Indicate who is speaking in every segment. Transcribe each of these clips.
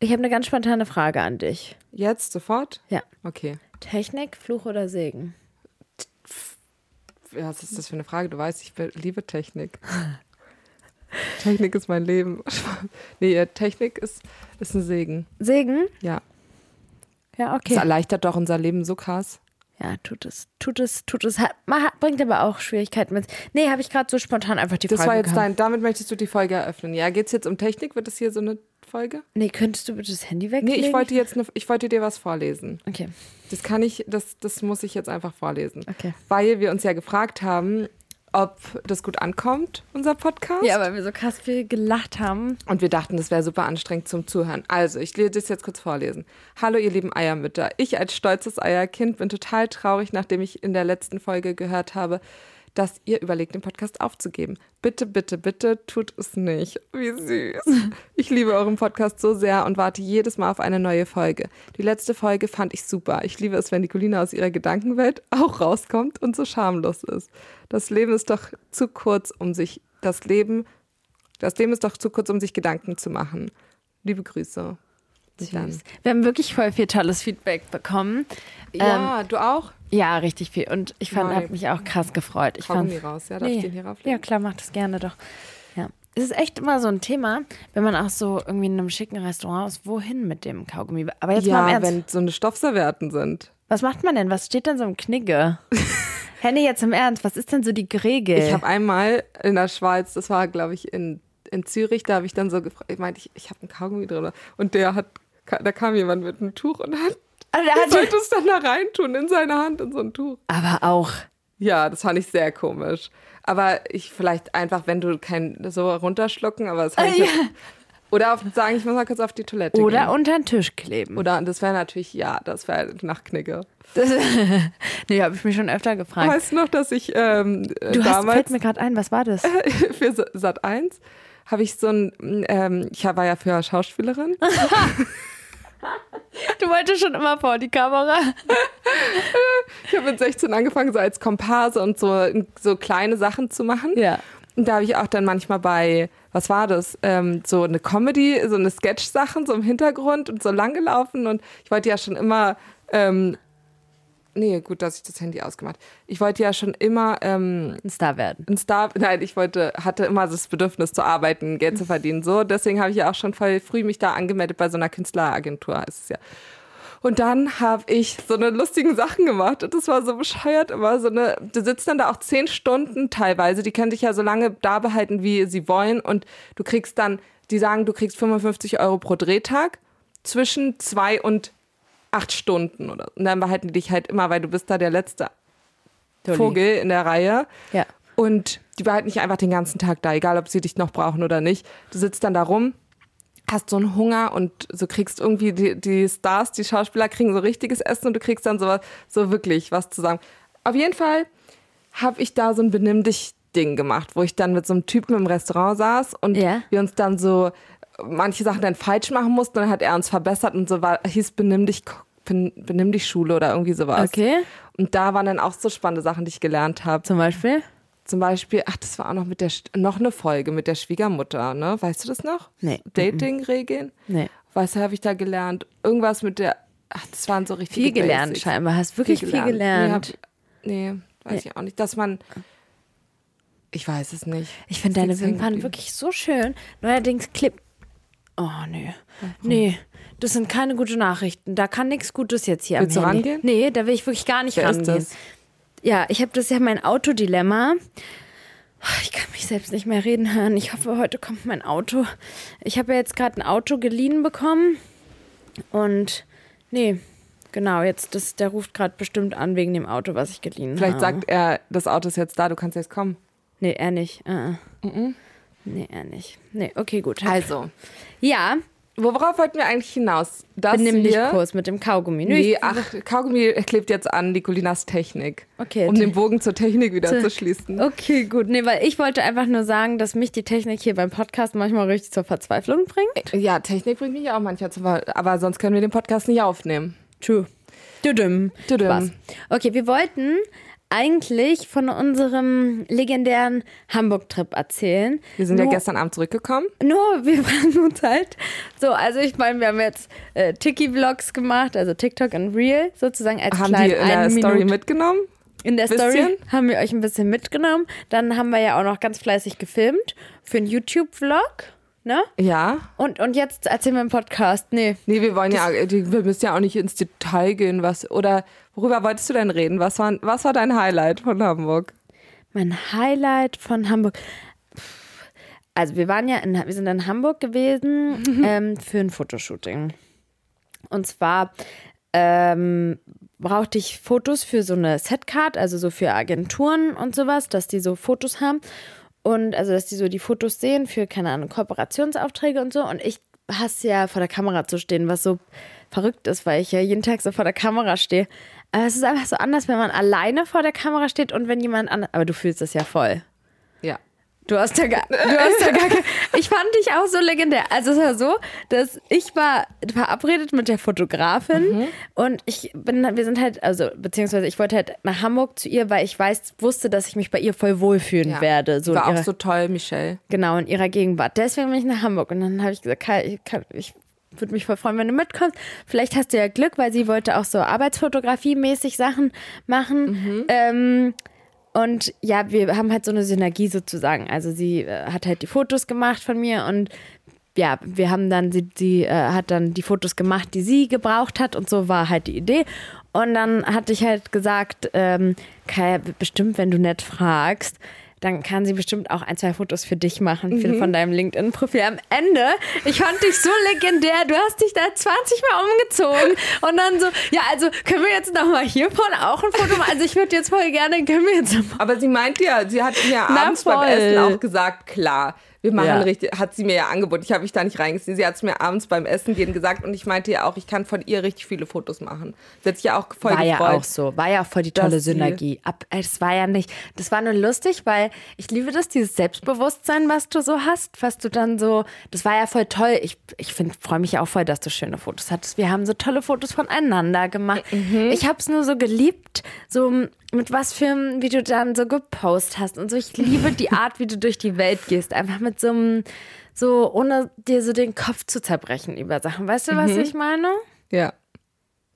Speaker 1: Ich habe eine ganz spontane Frage an dich.
Speaker 2: Jetzt, sofort?
Speaker 1: Ja.
Speaker 2: Okay.
Speaker 1: Technik, Fluch oder Segen?
Speaker 2: Ja, Was ist das für eine Frage? Du weißt, ich be- liebe Technik. Technik ist mein Leben. nee, äh, Technik ist, ist ein Segen.
Speaker 1: Segen?
Speaker 2: Ja.
Speaker 1: Ja,
Speaker 2: Es
Speaker 1: okay.
Speaker 2: erleichtert doch unser Leben so krass.
Speaker 1: Ja, tut es, tut es, tut es. Hat, ma- hat, bringt aber auch Schwierigkeiten mit. Nee, habe ich gerade so spontan einfach die
Speaker 2: Das
Speaker 1: Frage
Speaker 2: war jetzt
Speaker 1: gehabt.
Speaker 2: dein, damit möchtest du die Folge eröffnen. Ja, geht's jetzt um Technik? Wird das hier so eine Folge?
Speaker 1: Nee, könntest du bitte das Handy
Speaker 2: Nee,
Speaker 1: weglegen?
Speaker 2: ich wollte jetzt eine, ich wollte dir was vorlesen.
Speaker 1: Okay,
Speaker 2: Das kann ich, das, das muss ich jetzt einfach vorlesen.
Speaker 1: okay.
Speaker 2: Weil wir uns ja gefragt haben, ob das gut ankommt, unser Podcast.
Speaker 1: Ja, weil wir so krass viel gelacht haben.
Speaker 2: Und wir dachten, das wäre super anstrengend zum Zuhören. Also, ich lese das jetzt kurz vorlesen. Hallo, ihr lieben Eiermütter. Ich als stolzes Eierkind bin total traurig, nachdem ich in der letzten Folge gehört habe, dass ihr überlegt, den Podcast aufzugeben. Bitte, bitte, bitte tut es nicht. Wie süß. Ich liebe euren Podcast so sehr und warte jedes Mal auf eine neue Folge. Die letzte Folge fand ich super. Ich liebe es, wenn Nicolina aus ihrer Gedankenwelt auch rauskommt und so schamlos ist. Das Leben ist doch zu kurz, um sich das Leben das Leben ist doch zu kurz, um sich Gedanken zu machen. Liebe Grüße. Und dann.
Speaker 1: Süß. Wir haben wirklich voll viel tolles Feedback bekommen. Ähm,
Speaker 2: Ja, du auch?
Speaker 1: Ja, richtig viel. Und ich fand,
Speaker 2: Nein.
Speaker 1: habe mich auch krass gefreut. Ich fand,
Speaker 2: Kaugummi raus, ja? Darf ich den hier rauflegen?
Speaker 1: Ja, klar, mach das gerne doch. Ja. Es ist echt immer so ein Thema, wenn man auch so irgendwie in einem schicken Restaurant ist, wohin mit dem Kaugummi? Aber jetzt mal im
Speaker 2: ja,
Speaker 1: Ernst,
Speaker 2: wenn so eine Stoffserwerten sind.
Speaker 1: was macht man denn? Was steht denn so im Knigge? Henny, jetzt im Ernst, was ist denn so die Regel?
Speaker 2: Ich habe einmal in der Schweiz, das war, glaube ich, in, in Zürich, da habe ich dann so gefragt, ich meinte, ich, ich habe einen Kaugummi drin. Und der hat, da kam jemand mit einem Tuch und hat,
Speaker 1: Ah, der
Speaker 2: der
Speaker 1: hat-
Speaker 2: sollte es dann da reintun, in seine Hand, in so ein Tuch.
Speaker 1: aber auch,
Speaker 2: Ja, das fand ich sehr komisch. Aber ich vielleicht einfach, wenn du kein, so runterschlucken, aber das habe ich
Speaker 1: Ah, ja.
Speaker 2: jetzt, Oder auf, sagen, ich muss mal kurz auf die Toilette gehen.
Speaker 1: oder unter den Tisch kleben.
Speaker 2: Oder das wäre natürlich, ja, das wäre Nachknicke.
Speaker 1: Das, nee, habe ich mich schon öfter gefragt.
Speaker 2: Weißt du noch, dass ich ähm, äh,
Speaker 1: du hast, fällt
Speaker 2: damals
Speaker 1: mir gerade ein, was war das?
Speaker 2: für Sat 1 habe ich so ein, ähm, ich war ja früher Schauspielerin
Speaker 1: Du wolltest schon immer vor die Kamera.
Speaker 2: Ich habe mit 16 angefangen, so als Komparse und so, so kleine Sachen zu machen.
Speaker 1: Ja.
Speaker 2: Und da habe ich auch dann manchmal bei, was war das, ähm, so eine Comedy, so eine Sketch-Sachen, so im Hintergrund und so lang gelaufen. Und ich wollte ja schon immer, ähm, nee, gut, dass ich das Handy ausgemacht Ich wollte ja schon immer ähm,
Speaker 1: Ein Star werden.
Speaker 2: ein Star, nein, ich wollte, hatte immer das Bedürfnis zu arbeiten, Geld zu verdienen. So, deswegen habe ich ja auch schon voll früh mich da angemeldet bei so einer Künstleragentur, heißt es ja. Und dann habe ich so eine lustigen Sachen gemacht und das war so bescheuert immer. So eine, du sitzt dann da auch zehn Stunden teilweise. Die können dich ja so lange da behalten, wie sie wollen. Und du kriegst dann, die sagen, du kriegst 55 Euro pro Drehtag zwischen zwei und acht Stunden. Oder, und dann behalten die dich halt immer, weil du bist da der letzte
Speaker 1: Dolly.
Speaker 2: Vogel in der Reihe.
Speaker 1: Ja.
Speaker 2: Und die behalten dich einfach den ganzen Tag da, egal ob sie dich noch brauchen oder nicht. Du sitzt dann da rum, hast so einen Hunger und so kriegst irgendwie die, die Stars, die Schauspieler kriegen so richtiges Essen und du kriegst dann so, so wirklich was zusammen. Auf jeden Fall habe ich da so ein Benimm dich Ding gemacht, wo ich dann mit so einem Typen im Restaurant saß und
Speaker 1: Ja.
Speaker 2: wir uns dann so manche Sachen dann falsch machen mussten und dann hat er uns verbessert und so war, hieß Benimm dich, Ben- Benimm dich Schule oder irgendwie sowas.
Speaker 1: Okay.
Speaker 2: Und da waren dann auch so spannende Sachen, die ich gelernt habe.
Speaker 1: Zum Beispiel?
Speaker 2: Zum Beispiel, ach, das war auch noch mit der, Sch- noch eine Folge mit der Schwiegermutter, ne? Weißt du das noch?
Speaker 1: Nee. Mhm.
Speaker 2: Dating-Regeln?
Speaker 1: Nee.
Speaker 2: Was habe ich dann gelernt? Irgendwas mit der, ach, das waren so richtig
Speaker 1: Viel gelernt scheinbar. Hast wirklich viel gelernt.
Speaker 2: Nee, hab, nee weiß ich auch nicht. Dass man, ich weiß es nicht.
Speaker 1: Ich finde deine
Speaker 2: Ist nichts hängen
Speaker 1: Wimpern
Speaker 2: geblieben.
Speaker 1: wirklich so schön. Neuerdings klippt. Oh, nee. Nee, das sind keine guten Nachrichten. Da kann nichts Gutes jetzt hier
Speaker 2: Willst du
Speaker 1: am Handy.
Speaker 2: rangehen?
Speaker 1: Nee, da will ich wirklich gar nicht
Speaker 2: Wer ist
Speaker 1: rangehen.
Speaker 2: das?
Speaker 1: Ja, ich habe das ja mein Autodilemma. Ich kann mich selbst nicht mehr reden hören. Ich hoffe, heute kommt mein Auto. Ich habe ja jetzt gerade ein Auto geliehen bekommen. Und nee, genau, jetzt das, der ruft gerade bestimmt an wegen dem Auto, was ich geliehen habe.
Speaker 2: Vielleicht sagt er, das Auto ist jetzt da, du kannst jetzt kommen.
Speaker 1: Nee, er nicht. Uh
Speaker 2: Mhm.
Speaker 1: Nee, er nicht. Nee, okay, gut.
Speaker 2: Also,
Speaker 1: Ja,
Speaker 2: worauf wollten wir eigentlich hinaus? Das
Speaker 1: benimm dich
Speaker 2: hier,
Speaker 1: kurz mit dem Kaugummi. Nö,
Speaker 2: Nee,
Speaker 1: ich-
Speaker 2: ach, Kaugummi klebt jetzt an Nicolinas Technik.
Speaker 1: Okay,
Speaker 2: Um
Speaker 1: te-
Speaker 2: den Bogen zur Technik wieder
Speaker 1: Zu-
Speaker 2: zu schließen.
Speaker 1: Okay, gut. Nee, weil ich wollte einfach nur sagen, dass mich die Technik hier beim Podcast manchmal richtig zur Verzweiflung bringt.
Speaker 2: Ja, Technik bringt mich auch manchmal zum Ver- aber sonst können wir den Podcast nicht aufnehmen.
Speaker 1: True. Düdüm.
Speaker 2: Düdüm.
Speaker 1: Spaß. Okay, wir wollten eigentlich von unserem legendären Hamburg-Trip erzählen.
Speaker 2: Wir sind ja
Speaker 1: Nur-
Speaker 2: gestern Abend zurückgekommen.
Speaker 1: nur wir waren uns halt so, also ich meine, wir haben jetzt äh, Tiki-Vlogs gemacht, also TikTok und Real sozusagen als
Speaker 2: Haben
Speaker 1: kleinen
Speaker 2: die in der
Speaker 1: einen
Speaker 2: Story
Speaker 1: Minuten-
Speaker 2: mitgenommen.
Speaker 1: in der Story
Speaker 2: bisschen?
Speaker 1: haben wir euch ein bisschen mitgenommen. Dann haben wir ja auch noch ganz fleißig gefilmt für einen YouTube-Vlog, ne?
Speaker 2: Ja.
Speaker 1: Und, und jetzt erzählen wir im Podcast. Nee,
Speaker 2: Nee, wir wollen ja, die- wir müssen ja auch nicht ins Detail gehen, was, oder worüber wolltest du denn reden? Was war, was war dein Highlight von Hamburg?
Speaker 1: mein Highlight von Hamburg. Pff, Also wir waren ja in, wir sind in Hamburg gewesen ähm, für ein Fotoshooting. Und zwar ähm, brauchte ich Fotos für so eine Setcard, also so für Agenturen und sowas, dass die so Fotos haben und also dass die so die Fotos sehen für keine Ahnung Kooperationsaufträge und so. Und ich hasse ja vor der Kamera zu stehen, was so verrückt ist, weil ich ja jeden Tag so vor der Kamera stehe. Aber es ist einfach so anders, wenn man alleine vor der Kamera steht und wenn jemand anders. Aber du fühlst es ja voll.
Speaker 2: Ja.
Speaker 1: Du hast ja gar, du hast ja gar ke- Ich fand dich auch so legendär. Also es war so, dass ich war verabredet mit der Fotografin
Speaker 2: Mhm.
Speaker 1: und ich bin, wir sind halt, also beziehungsweise ich wollte halt nach Hamburg zu ihr, weil ich weiß, wusste, dass ich mich bei ihr voll wohlfühlen
Speaker 2: ja.
Speaker 1: werde. So in
Speaker 2: war
Speaker 1: ihrer-
Speaker 2: auch so toll, Michelle.
Speaker 1: Genau, in ihrer Gegenwart. Deswegen bin ich nach Hamburg. Und dann habe ich gesagt, Kai, ich, kann, ich würde mich voll freuen, wenn du mitkommst. Vielleicht hast du ja Glück, weil sie wollte auch so Arbeitsfotografie-mäßig Sachen machen. Ähm, und ja, wir haben halt so eine Synergie sozusagen. Also sie äh, hat halt die Fotos gemacht von mir und ja, wir haben dann, sie, sie äh, hat dann die Fotos gemacht, die sie gebraucht hat und so war halt die Idee. Und dann hatte ich halt gesagt, ähm, Kai, bestimmt, wenn du nett fragst, dann kann sie bestimmt auch ein, zwei Fotos für dich machen, für, von deinem LinkedIn-Profil. Am Ende, ich fand dich so legendär, du hast dich da 20 Mal umgezogen und dann so, ja, also können wir jetzt nochmal hiervon auch ein Foto machen? Also ich würde jetzt voll gerne, können wir jetzt
Speaker 2: Aber sie meint ja, sie hat mir ja
Speaker 1: Na,
Speaker 2: abends
Speaker 1: voll.
Speaker 2: beim Essen auch gesagt, klar, wir machen
Speaker 1: Ja.
Speaker 2: richtig, hat sie mir ja angeboten. Ich habe mich da nicht reingesehen. Sie hat es mir abends beim Essen gehen gesagt und ich meinte ja auch, ich kann von ihr richtig viele Fotos machen. Sie hat sich ja auch voll
Speaker 1: war
Speaker 2: gefreut.
Speaker 1: ja auch so, war ja voll die tolle
Speaker 2: dass sie-
Speaker 1: Synergie. Ab, es war ja nicht, das war nur lustig, weil ich liebe das, dieses Selbstbewusstsein, was du so hast, was du dann so, das war ja voll toll. Ich, ich freue mich ja auch voll, dass du schöne Fotos hattest. Wir haben so tolle Fotos voneinander gemacht.
Speaker 2: Äh, mhm.
Speaker 1: Ich habe es nur so geliebt, so mit was für einem, wie du dann so gepostet hast und so. Ich liebe die Art, wie du durch die Welt gehst, einfach mit so einem, so ohne dir so den Kopf zu zerbrechen über Sachen. Weißt du, was
Speaker 2: Mhm.
Speaker 1: ich meine?
Speaker 2: Ja.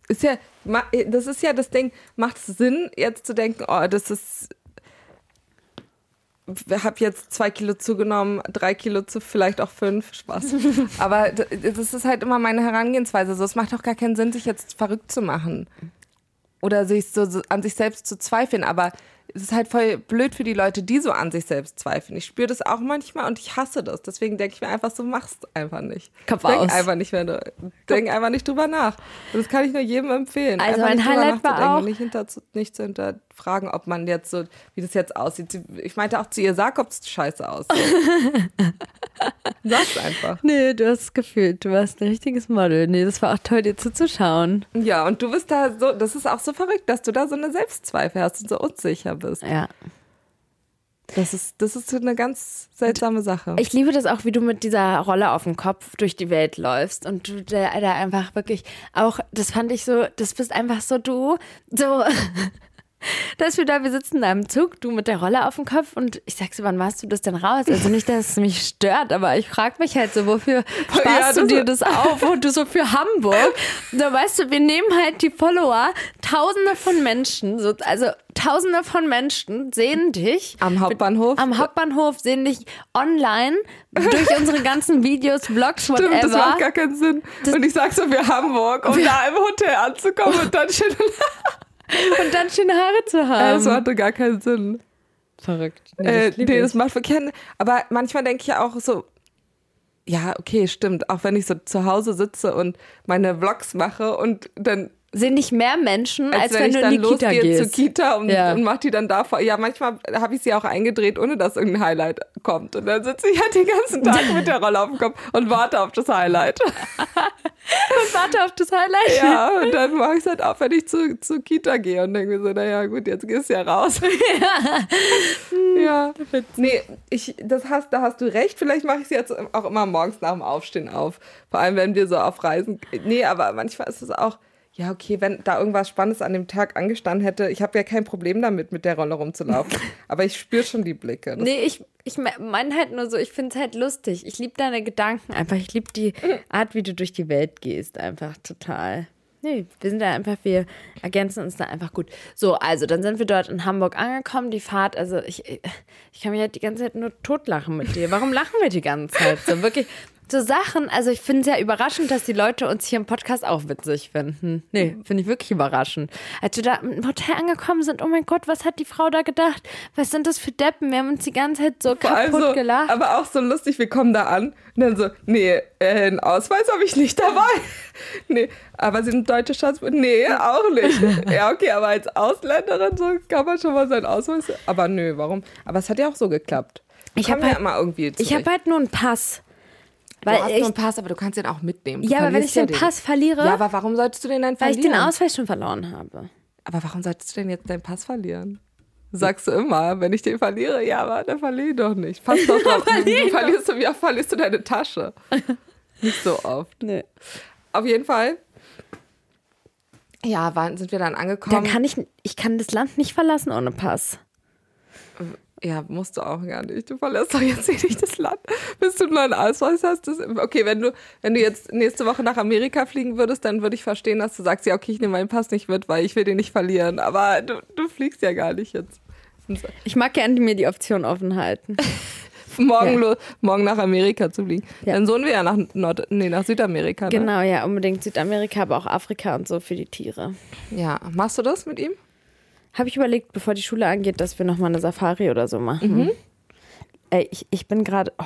Speaker 2: Ist ja, ma- das ist ja das Ding, macht es Sinn, jetzt zu denken, oh, das ist, ich habe jetzt zwei Kilo zugenommen, drei Kilo zu, vielleicht auch fünf, Spaß. Aber d- das ist halt immer meine Herangehensweise. So, es macht auch gar keinen Sinn, sich jetzt verrückt zu machen. Oder sich so, so an sich selbst zu zweifeln. Aber es ist halt voll blöd für die Leute, die so an sich selbst zweifeln. Ich spüre das auch manchmal und ich hasse das. Deswegen denke ich mir einfach so, mach's einfach nicht.
Speaker 1: Kopf
Speaker 2: denk
Speaker 1: aus.
Speaker 2: einfach nicht mehr, dr- denk einfach nicht drüber nach. Und das kann ich nur jedem empfehlen.
Speaker 1: Also
Speaker 2: einfach
Speaker 1: mein
Speaker 2: nicht drüber
Speaker 1: Highlight war
Speaker 2: nachzudenken,
Speaker 1: auch-
Speaker 2: nicht, hinter, zu- nicht zu hinterfragen, ob man jetzt so, wie das jetzt aussieht. Sie- Ich meinte auch zu ihr, sag, ob es scheiße aussieht. Sag's einfach.
Speaker 1: Nee, du hast es gefühlt. Du warst ein richtiges Model. Nee, das war auch toll, dir zuzuschauen.
Speaker 2: Ja, und du bist da so, das ist auch so verrückt, dass du da so eine Selbstzweifel hast und so unsicher bist.
Speaker 1: Ja.
Speaker 2: Das ist, das ist so eine ganz seltsame Sache.
Speaker 1: Ich liebe das auch, wie du mit dieser Rolle auf dem Kopf durch die Welt läufst und du da, da einfach wirklich auch, das fand ich so, das bist einfach so du, so, dass wir da, wir sitzen da im Zug, du mit der Rolle auf dem Kopf und ich sag so, wann warst du das denn raus? Also nicht, dass es mich stört, aber ich frag mich halt so, wofür sparst du
Speaker 2: Oh das-
Speaker 1: dir das auf und du so für Hamburg? Da weißt du, wir nehmen halt die Follower, tausende von Menschen, so, also tausende von Menschen sehen dich.
Speaker 2: Am Hauptbahnhof?
Speaker 1: Am Hauptbahnhof sehen dich online durch unsere ganzen Videos, Vlogs, whatever.
Speaker 2: Stimmt, das macht gar keinen Sinn. und ich sag so für Hamburg, um da im Hotel anzukommen und dann schön.
Speaker 1: und dann schöne Haare zu haben.
Speaker 2: Das machte gar keinen Sinn.
Speaker 1: Verrückt.
Speaker 2: Äh, nee, das macht verkehren. Aber manchmal denke ich ja auch so, ja, okay, stimmt. Auch wenn ich so zu Hause sitze und meine Vlogs mache und dann,
Speaker 1: Sehen dich mehr Menschen, als,
Speaker 2: als, wenn,
Speaker 1: wenn,
Speaker 2: ich
Speaker 1: du
Speaker 2: dann
Speaker 1: in die Kita
Speaker 2: losgehe
Speaker 1: gehst.
Speaker 2: zur Kita und,
Speaker 1: Ja.
Speaker 2: und mache die dann da vor. Ja, manchmal habe ich sie auch eingedreht, ohne dass irgendein Highlight kommt. Und dann sitze ich halt den ganzen Tag mit der Rolle auf dem Kopf und warte auf das Highlight.
Speaker 1: Und warte auf das Highlight.
Speaker 2: Ja, und dann mache ich es halt auch, wenn ich zu, zur Kita gehe und denke mir so, naja, gut, jetzt gehst du ja raus. ja. Nee, ich, das hast, da hast du recht. Vielleicht mache ich es jetzt auch immer morgens nach dem Aufstehen auf. Vor allem, wenn wir so auf Reisen. Nee, aber manchmal ist es auch. ja, okay, wenn da irgendwas Spannendes an dem Tag angestanden hätte, ich habe ja kein Problem damit, mit der Rolle rumzulaufen. Aber ich spüre schon die Blicke. ne? Das-
Speaker 1: Nee, ich, ich meine halt nur so, ich finde es halt lustig. Ich liebe deine Gedanken einfach. Ich liebe die Art, wie du durch die Welt gehst, einfach total. Nee, wir sind da einfach, wir ergänzen uns da einfach gut. So, also, dann sind wir dort in Hamburg angekommen. Die Fahrt, also ich, ich kann mich halt die ganze Zeit nur totlachen mit dir. Warum lachen wir die ganze Zeit so? Wirklich, so Sachen, also ich finde es ja überraschend, dass die Leute uns hier im Podcast auch witzig finden. Nee, finde ich wirklich überraschend. Als wir da im Hotel angekommen sind, oh mein Gott, was hat die Frau da gedacht? Was sind das für Deppen? Wir haben uns die ganze Zeit so kaputt
Speaker 2: also,
Speaker 1: gelacht.
Speaker 2: aber auch so lustig, wir kommen da an und dann so, nee, äh, einen Ausweis habe ich nicht dabei. nee, aber sind deutsche Staatsbürger? Nee, auch nicht. ja, okay, aber als Ausländerin so kann man schon mal seinen Ausweis. Aber nö, warum? Aber es hat ja auch so geklappt.
Speaker 1: Ich
Speaker 2: Kommen
Speaker 1: hab
Speaker 2: ja
Speaker 1: halt-
Speaker 2: immer irgendwie
Speaker 1: ich habe
Speaker 2: zurecht.
Speaker 1: halt nur einen Pass.
Speaker 2: du hast
Speaker 1: Weil
Speaker 2: nur
Speaker 1: ich,
Speaker 2: einen Pass, aber du kannst den auch mitnehmen. Du
Speaker 1: ja, aber wenn ich
Speaker 2: verlierst ja
Speaker 1: den Pass verliere,
Speaker 2: Ja, aber warum solltest du den dann
Speaker 1: weil ich
Speaker 2: verlieren?
Speaker 1: den Ausweis schon verloren habe.
Speaker 2: aber warum solltest du denn jetzt deinen Pass verlieren? Sagst du immer, wenn ich den verliere, ja, aber dann verliere ich doch nicht. Pass doch drauf. du verlierst du, ja, verlierst du deine Tasche. Nicht so oft.
Speaker 1: Nee.
Speaker 2: Auf jeden Fall. Ja, wann sind wir dann angekommen?
Speaker 1: Dann kann ich, ich kann das Land nicht verlassen ohne Pass.
Speaker 2: ja, musst du auch gar nicht. Du verlässt doch jetzt eh nicht das Land, bis du einen neuen Ausweis hast. Das, okay, wenn du, wenn du jetzt nächste Woche nach Amerika fliegen würdest, dann würde ich verstehen, dass du sagst, ja, okay, ich nehme meinen Pass nicht mit, weil ich will den nicht verlieren. Aber du, du fliegst ja gar nicht jetzt.
Speaker 1: Ich mag gerne mir die Option offen halten.
Speaker 2: morgen,
Speaker 1: Ja.
Speaker 2: los, morgen nach Amerika zu fliegen.
Speaker 1: Ja.
Speaker 2: Dann sollen wir ja nach, Nord nee, nach Südamerika. ne?
Speaker 1: Genau, ja, unbedingt Südamerika, aber auch Afrika und so für die Tiere.
Speaker 2: Ne? Ja, machst du das mit ihm?
Speaker 1: Habe ich überlegt, bevor die Schule angeht, dass wir nochmal eine Safari oder so machen.
Speaker 2: Mhm.
Speaker 1: Ey, ich, ich bin gerade. Oh,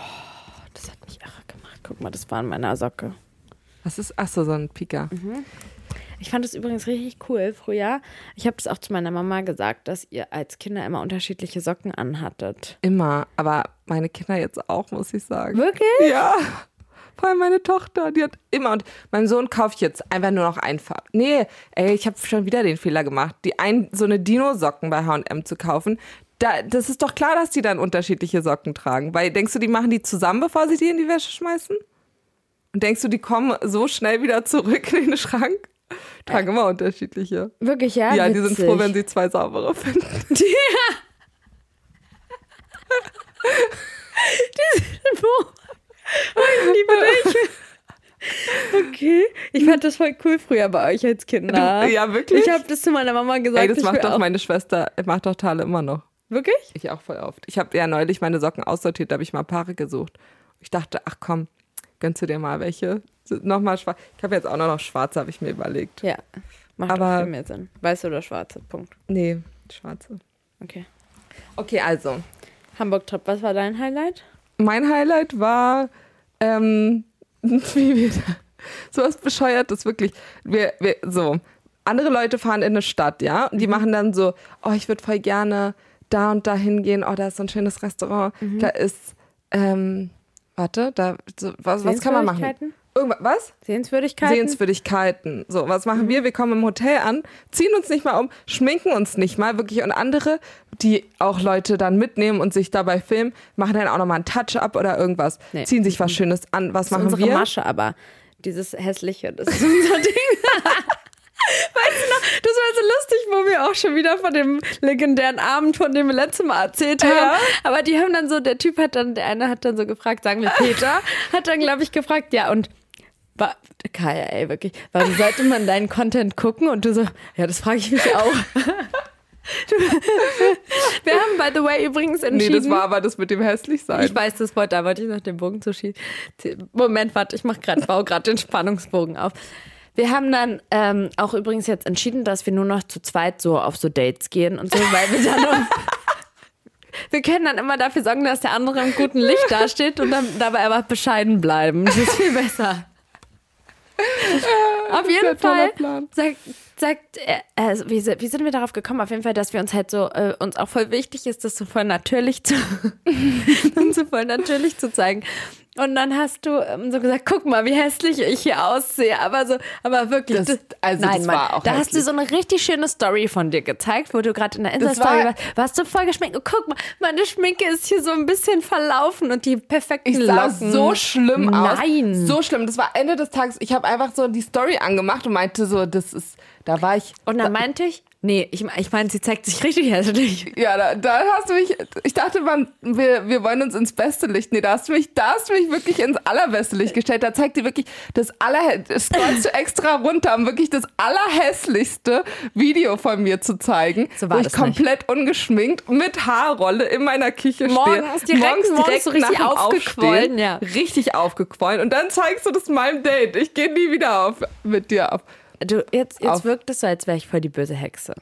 Speaker 1: das hat mich irre gemacht. Guck mal, das war in meiner Socke.
Speaker 2: Was ist, ach so, so ein Pika.
Speaker 1: Mhm. Ich fand es übrigens richtig cool früher. Ich habe das auch zu meiner Mama gesagt, dass ihr als Kinder immer unterschiedliche Socken anhattet.
Speaker 2: Immer, aber meine Kinder jetzt auch, muss ich sagen.
Speaker 1: Wirklich?
Speaker 2: Ja. Vor allem meine Tochter, die hat immer und mein Sohn kauft jetzt einfach nur noch ein Farb. Nee, ey, ich habe schon wieder den Fehler gemacht, die ein so eine Dino Socken bei H&M zu kaufen. Da, das ist doch klar, dass die dann unterschiedliche Socken tragen, weil denkst du, die machen die zusammen, bevor sie die in die Wäsche schmeißen? Und denkst du, die kommen so schnell wieder zurück in den Schrank? Tragen immer unterschiedliche.
Speaker 1: Wirklich, ja?
Speaker 2: Ja, die sind
Speaker 1: Witzig.
Speaker 2: froh, wenn sie zwei saubere finden.
Speaker 1: Wo? Ich liebe dich. Okay. Ich fand das voll cool früher bei euch als Kinder.
Speaker 2: Du- ja, wirklich?
Speaker 1: Ich habe das zu meiner Mama gesagt.
Speaker 2: Ey, das
Speaker 1: ich will
Speaker 2: macht doch
Speaker 1: auch.
Speaker 2: meine Schwester, macht doch Tale immer noch.
Speaker 1: Wirklich?
Speaker 2: Ich auch voll oft. Ich habe ja neulich meine Socken aussortiert, da habe ich mal Paare gesucht. Ich dachte, ach komm, gönnst du dir mal welche? Nochmal schwarz. Ich habe jetzt auch noch schwarze, habe ich mir überlegt.
Speaker 1: Ja. Macht
Speaker 2: Aber-
Speaker 1: auch viel mehr Sinn. Weiß oder schwarze. Punkt.
Speaker 2: Nee, schwarze.
Speaker 1: Okay.
Speaker 2: Okay, also.
Speaker 1: Hamburg-Trip, was war dein Highlight?
Speaker 2: Mein Highlight war, ähm, wie wir da, sowas Bescheuertes, wirklich. Wir, wir, so, andere Leute fahren in eine Stadt, ja, und die machen dann so, oh, ich würde voll gerne da und da hingehen, oh, da ist so ein schönes Restaurant, da ist, ähm, warte, da, so, was, was kann man machen?
Speaker 1: Sehenswürdigkeiten?
Speaker 2: Irgendwas, was?
Speaker 1: Sehenswürdigkeiten?
Speaker 2: Sehenswürdigkeiten. So, was
Speaker 1: Mhm.
Speaker 2: machen wir? Wir kommen im Hotel an, ziehen uns nicht mal um, schminken uns nicht mal, wirklich. Und andere, die auch Leute dann mitnehmen und sich dabei filmen, machen dann auch nochmal ein Touch-up oder irgendwas.
Speaker 1: Nee.
Speaker 2: Ziehen sich was Schönes an.
Speaker 1: Das
Speaker 2: Was
Speaker 1: ist
Speaker 2: machen
Speaker 1: unsere
Speaker 2: wir?
Speaker 1: Masche, aber dieses hässliche, das ist unser Ding. Weißt du noch, das war so lustig, wo wir auch schon wieder von dem legendären Abend, von dem wir letztes Mal erzählt haben.
Speaker 2: Ja.
Speaker 1: Aber die haben dann so, der Typ hat dann, der eine hat dann so gefragt, sagen wir Peter, hat dann, glaube ich, gefragt, ja und wa- Kaya, ey, wirklich, warum sollte man deinen Content gucken? Und du so, ja, das frage ich mich auch. Du- Wir haben, by the way, übrigens
Speaker 2: Nee,
Speaker 1: entschieden.
Speaker 2: das war aber das mit dem hässlich sein.
Speaker 1: Ich weiß das Wort, da wollte ich noch den Bogen zuschießen. Moment, warte, ich mach grad, baue gerade den Spannungsbogen auf. Wir haben dann ähm, auch übrigens jetzt entschieden, dass wir nur noch zu zweit so auf so Dates gehen und so, weil wir dann auch, Wir können dann immer dafür sorgen, dass der andere im guten Licht dasteht und dann dabei aber bescheiden bleiben. Das ist viel besser. Auf jeden
Speaker 2: ein toller
Speaker 1: Fall
Speaker 2: Plan.
Speaker 1: sagt, sagt er, also wie, si- wie sind wir darauf gekommen? Auf jeden Fall, dass wir uns halt so, äh, uns auch voll wichtig ist, das so voll natürlich zu, uns so voll natürlich zu zeigen. Und dann hast du ähm, so gesagt, guck mal, wie hässlich ich hier aussehe. Aber so, aber wirklich.
Speaker 2: Das- also
Speaker 1: nein,
Speaker 2: das
Speaker 1: Mann,
Speaker 2: war auch
Speaker 1: Da hast du
Speaker 2: hässlich.
Speaker 1: so eine richtig schöne Story von dir gezeigt, wo du gerade in der Insta-Story
Speaker 2: war-
Speaker 1: warst. Warst du voll geschminkt? Und Guck mal, meine Schminke ist hier so ein bisschen verlaufen und die perfekten
Speaker 2: Ich sah
Speaker 1: Locken.
Speaker 2: so schlimm aus.
Speaker 1: Nein.
Speaker 2: So schlimm. Das war Ende des Tages. Ich habe einfach so die Story angemacht und meinte so, das ist, da war ich.
Speaker 1: Und dann meinte ich, nee, ich, ich meine, sie zeigt sich richtig hässlich.
Speaker 2: Ja, da, da hast du mich. Ich dachte, man, wir, wir wollen uns ins beste Licht. Nee, da hast du mich, da hast du mich wirklich ins allerbeste Licht gestellt. Da zeigt dir wirklich das aller. Das scrollst du extra runter, um wirklich das allerhässlichste Video von mir zu zeigen.
Speaker 1: So war
Speaker 2: wo
Speaker 1: das
Speaker 2: ich komplett ungeschminkt mit Haarrolle in meiner Küche stehe.
Speaker 1: Morgens direkt- morgens so richtig
Speaker 2: nach dem
Speaker 1: aufgequollen,
Speaker 2: Aufstehen,
Speaker 1: ja.
Speaker 2: Richtig aufgequollen. Und dann zeigst du das meinem Date. Ich gehe nie wieder auf, mit dir auf.
Speaker 1: Du, jetzt, jetzt
Speaker 2: Auf.
Speaker 1: wirkt es so, als wäre ich voll die böse Hexe.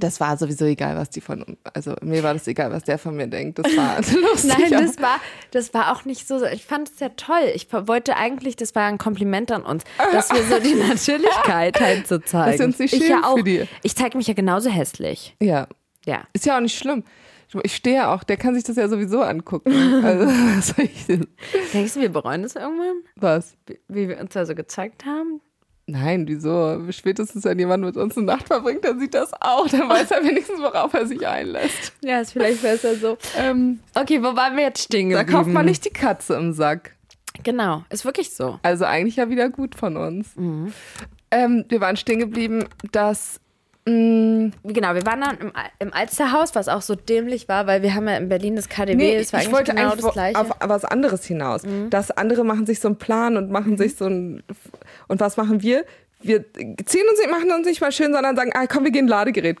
Speaker 2: Das war sowieso egal, was die von. Also mir war das egal, was der von mir denkt. Das war lustig.
Speaker 1: Nein,
Speaker 2: aber-
Speaker 1: das war, das war auch nicht so. Ich fand es ja toll. Ich wollte eigentlich, das war ein Kompliment an uns, dass wir so die Natürlichkeit halt so zeigen.
Speaker 2: wir uns nicht
Speaker 1: ich
Speaker 2: schämen
Speaker 1: ja auch.
Speaker 2: für die.
Speaker 1: Ich zeige mich ja genauso hässlich.
Speaker 2: Ja.
Speaker 1: Ja.
Speaker 2: Ist ja auch nicht schlimm. Ich stehe ja auch, der kann sich das ja sowieso angucken. Also, was soll ich denn?
Speaker 1: Denkst du, wir bereuen es irgendwann,
Speaker 2: Was?
Speaker 1: wie, wie wir uns da so gezeigt haben?
Speaker 2: Nein, wieso? Spätestens, wenn jemand mit uns eine Nacht verbringt, dann sieht das auch. Dann weiß er wenigstens, worauf er sich einlässt.
Speaker 1: Ja, ist vielleicht besser so.
Speaker 2: Ähm,
Speaker 1: Okay, wo waren wir jetzt stehen
Speaker 2: da
Speaker 1: geblieben?
Speaker 2: kauft man nicht die Katze im Sack.
Speaker 1: Genau, ist wirklich so.
Speaker 2: Also eigentlich ja wieder gut von uns.
Speaker 1: Mhm.
Speaker 2: Ähm, wir waren stehen geblieben, dass. mh,
Speaker 1: Genau, wir waren dann im, Al- im Alsterhaus, was auch so dämlich war, weil wir haben ja in Berlin das KDW, das war
Speaker 2: ich
Speaker 1: eigentlich
Speaker 2: wollte
Speaker 1: genau
Speaker 2: eigentlich
Speaker 1: das
Speaker 2: wo-
Speaker 1: Gleiche. Mhm.
Speaker 2: auf was anderes hinaus. Dass andere machen sich so einen Plan und machen sich so ein und was machen wir? Wir ziehen uns nicht, machen uns nicht mal schön, sondern sagen, ah, komm, wir gehen ein Ladegerät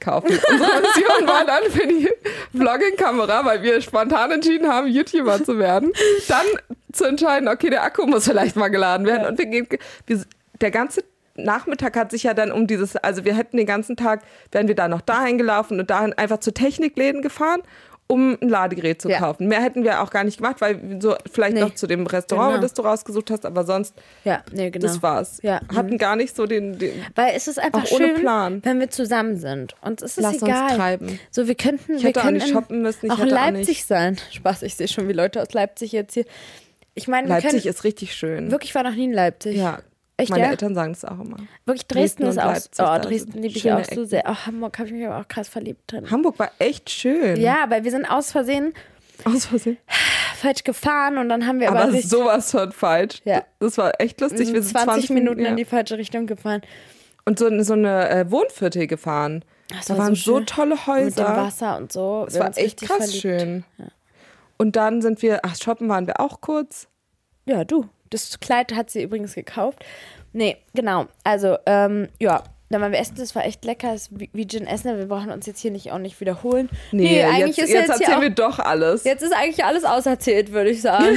Speaker 2: kaufen. Unsere Mission war dann für die Vlogging-Kamera, weil wir spontan entschieden haben, YouTuber zu werden, dann zu entscheiden, okay, der Akku muss vielleicht mal geladen werden. Und wir gehen, wir, der ganze Nachmittag hat sich ja dann um dieses, also wir hätten den ganzen Tag, wären wir da noch dahin gelaufen und dahin einfach zu Technikläden gefahren, um ein Ladegerät zu
Speaker 1: Ja.
Speaker 2: kaufen. Mehr hätten wir auch gar nicht gemacht, weil so vielleicht
Speaker 1: Nee.
Speaker 2: noch zu dem Restaurant,
Speaker 1: Genau.
Speaker 2: das du rausgesucht hast, aber sonst,
Speaker 1: ja, nee, genau.
Speaker 2: das war's.
Speaker 1: Ja.
Speaker 2: Hatten gar nicht so den, den
Speaker 1: Weil es ist einfach
Speaker 2: Auch ohne
Speaker 1: schön,
Speaker 2: Plan.
Speaker 1: wenn wir zusammen sind. Uns ist es
Speaker 2: Lass uns
Speaker 1: egal.
Speaker 2: treiben.
Speaker 1: So, wir könnten, ich wir
Speaker 2: hätte auch
Speaker 1: können
Speaker 2: nicht
Speaker 1: in-
Speaker 2: shoppen müssen, ich
Speaker 1: auch in
Speaker 2: hätte auch
Speaker 1: Leipzig sein. Spaß, ich sehe schon, wie Leute aus Leipzig jetzt hier. Ich meine, wir
Speaker 2: Leipzig
Speaker 1: können,
Speaker 2: ist richtig schön.
Speaker 1: wirklich ich war noch nie in Leipzig.
Speaker 2: Ja.
Speaker 1: Echt,
Speaker 2: Meine
Speaker 1: ja?
Speaker 2: Eltern sagen das auch immer.
Speaker 1: Wirklich Dresden,
Speaker 2: Dresden
Speaker 1: ist
Speaker 2: und
Speaker 1: auch.
Speaker 2: Leipzig, da
Speaker 1: oh,
Speaker 2: sind
Speaker 1: Dresden liebe ich
Speaker 2: schöne
Speaker 1: auch so sehr. Oh, Hamburg habe ich mich aber auch krass verliebt drin.
Speaker 2: Hamburg war echt schön.
Speaker 1: Ja, weil wir sind aus Versehen
Speaker 2: Aus Versehen.
Speaker 1: falsch gefahren und dann haben wir aber,
Speaker 2: Aber
Speaker 1: richtig
Speaker 2: sowas von falsch.
Speaker 1: Ja.
Speaker 2: Das war echt lustig. Wir sind
Speaker 1: 20, Minuten
Speaker 2: ja.
Speaker 1: in die falsche Richtung gefahren.
Speaker 2: und so, so eine äh, Wohnviertel gefahren.
Speaker 1: Das war
Speaker 2: da
Speaker 1: so
Speaker 2: waren so,
Speaker 1: schön.
Speaker 2: tolle
Speaker 1: Mit dem
Speaker 2: Häuser.
Speaker 1: Wasser und so.
Speaker 2: das war echt krass schön. Und dann sind wir, ach, shoppen waren wir auch kurz.
Speaker 1: Ja, du. Das Kleid hat sie übrigens gekauft. Nee, genau. Also, ähm, ja. Dann waren wir essen, das war echt lecker. Das ist wie, wie Gin Essen, wir brauchen uns jetzt hier nicht auch nicht wiederholen. Nee, eigentlich ist jetzt,
Speaker 2: jetzt, jetzt
Speaker 1: hier
Speaker 2: erzählen
Speaker 1: auch,
Speaker 2: wir doch alles.
Speaker 1: Jetzt ist eigentlich alles auserzählt, würde ich sagen.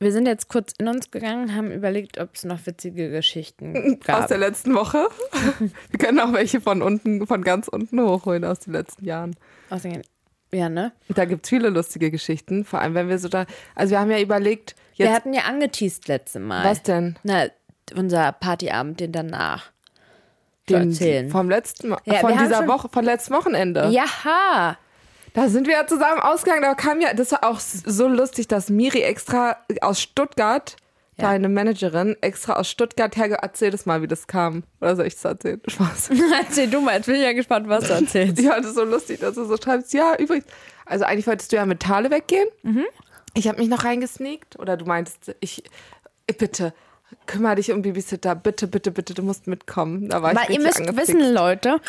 Speaker 1: wir sind jetzt kurz in uns gegangen, haben überlegt, ob es noch witzige Geschichten
Speaker 2: aus
Speaker 1: gab.
Speaker 2: der letzten Woche. wir können auch welche von unten, von ganz unten hochholen aus den letzten Jahren.
Speaker 1: Aus der ja, ne?
Speaker 2: Da gibt es viele lustige Geschichten, vor allem wenn wir so da. Also wir haben ja überlegt,
Speaker 1: Wir
Speaker 2: jetzt.
Speaker 1: hatten ja angeteased letzte Mal.
Speaker 2: Was denn?
Speaker 1: Na, unser Partyabend, den danach. zu
Speaker 2: Den-
Speaker 1: erzählen.
Speaker 2: Vom letzten Mal,
Speaker 1: Ja, wir
Speaker 2: von
Speaker 1: haben
Speaker 2: dieser
Speaker 1: schon-
Speaker 2: Woche, von letztem Wochenende.
Speaker 1: Jaha!
Speaker 2: Da sind wir ja zusammen ausgegangen. Da kam ja, das war auch so lustig, dass Miri extra aus Stuttgart, deine Managerin, extra aus Stuttgart herge. Erzähl das mal, wie das kam. Oder soll ich das erzählen? Spaß.
Speaker 1: Erzähl du mal, jetzt bin ich ja gespannt, was du erzählst.
Speaker 2: Ja, das ist so lustig, dass du so schreibst. Ja, übrigens. Also eigentlich wolltest du ja mit Thale weggehen. Ich habe mich noch reingesneakt. Oder du meintest, ich, äh, bitte, kümmere dich um Babysitter. Bitte, bitte, bitte, du musst mitkommen. Da war ich
Speaker 1: Weil ihr
Speaker 2: richtig
Speaker 1: müsst
Speaker 2: angefixt.
Speaker 1: wissen, Leute,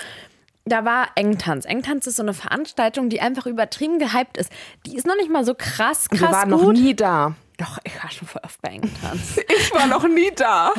Speaker 1: da war Engtanz. Engtanz ist so eine Veranstaltung, die einfach übertrieben gehypt ist. Die ist noch nicht mal so krass, krass
Speaker 2: wir waren
Speaker 1: gut.
Speaker 2: noch nie da.
Speaker 1: Doch, ich war schon voll oft bei Engtanz.
Speaker 2: Ich war noch nie da.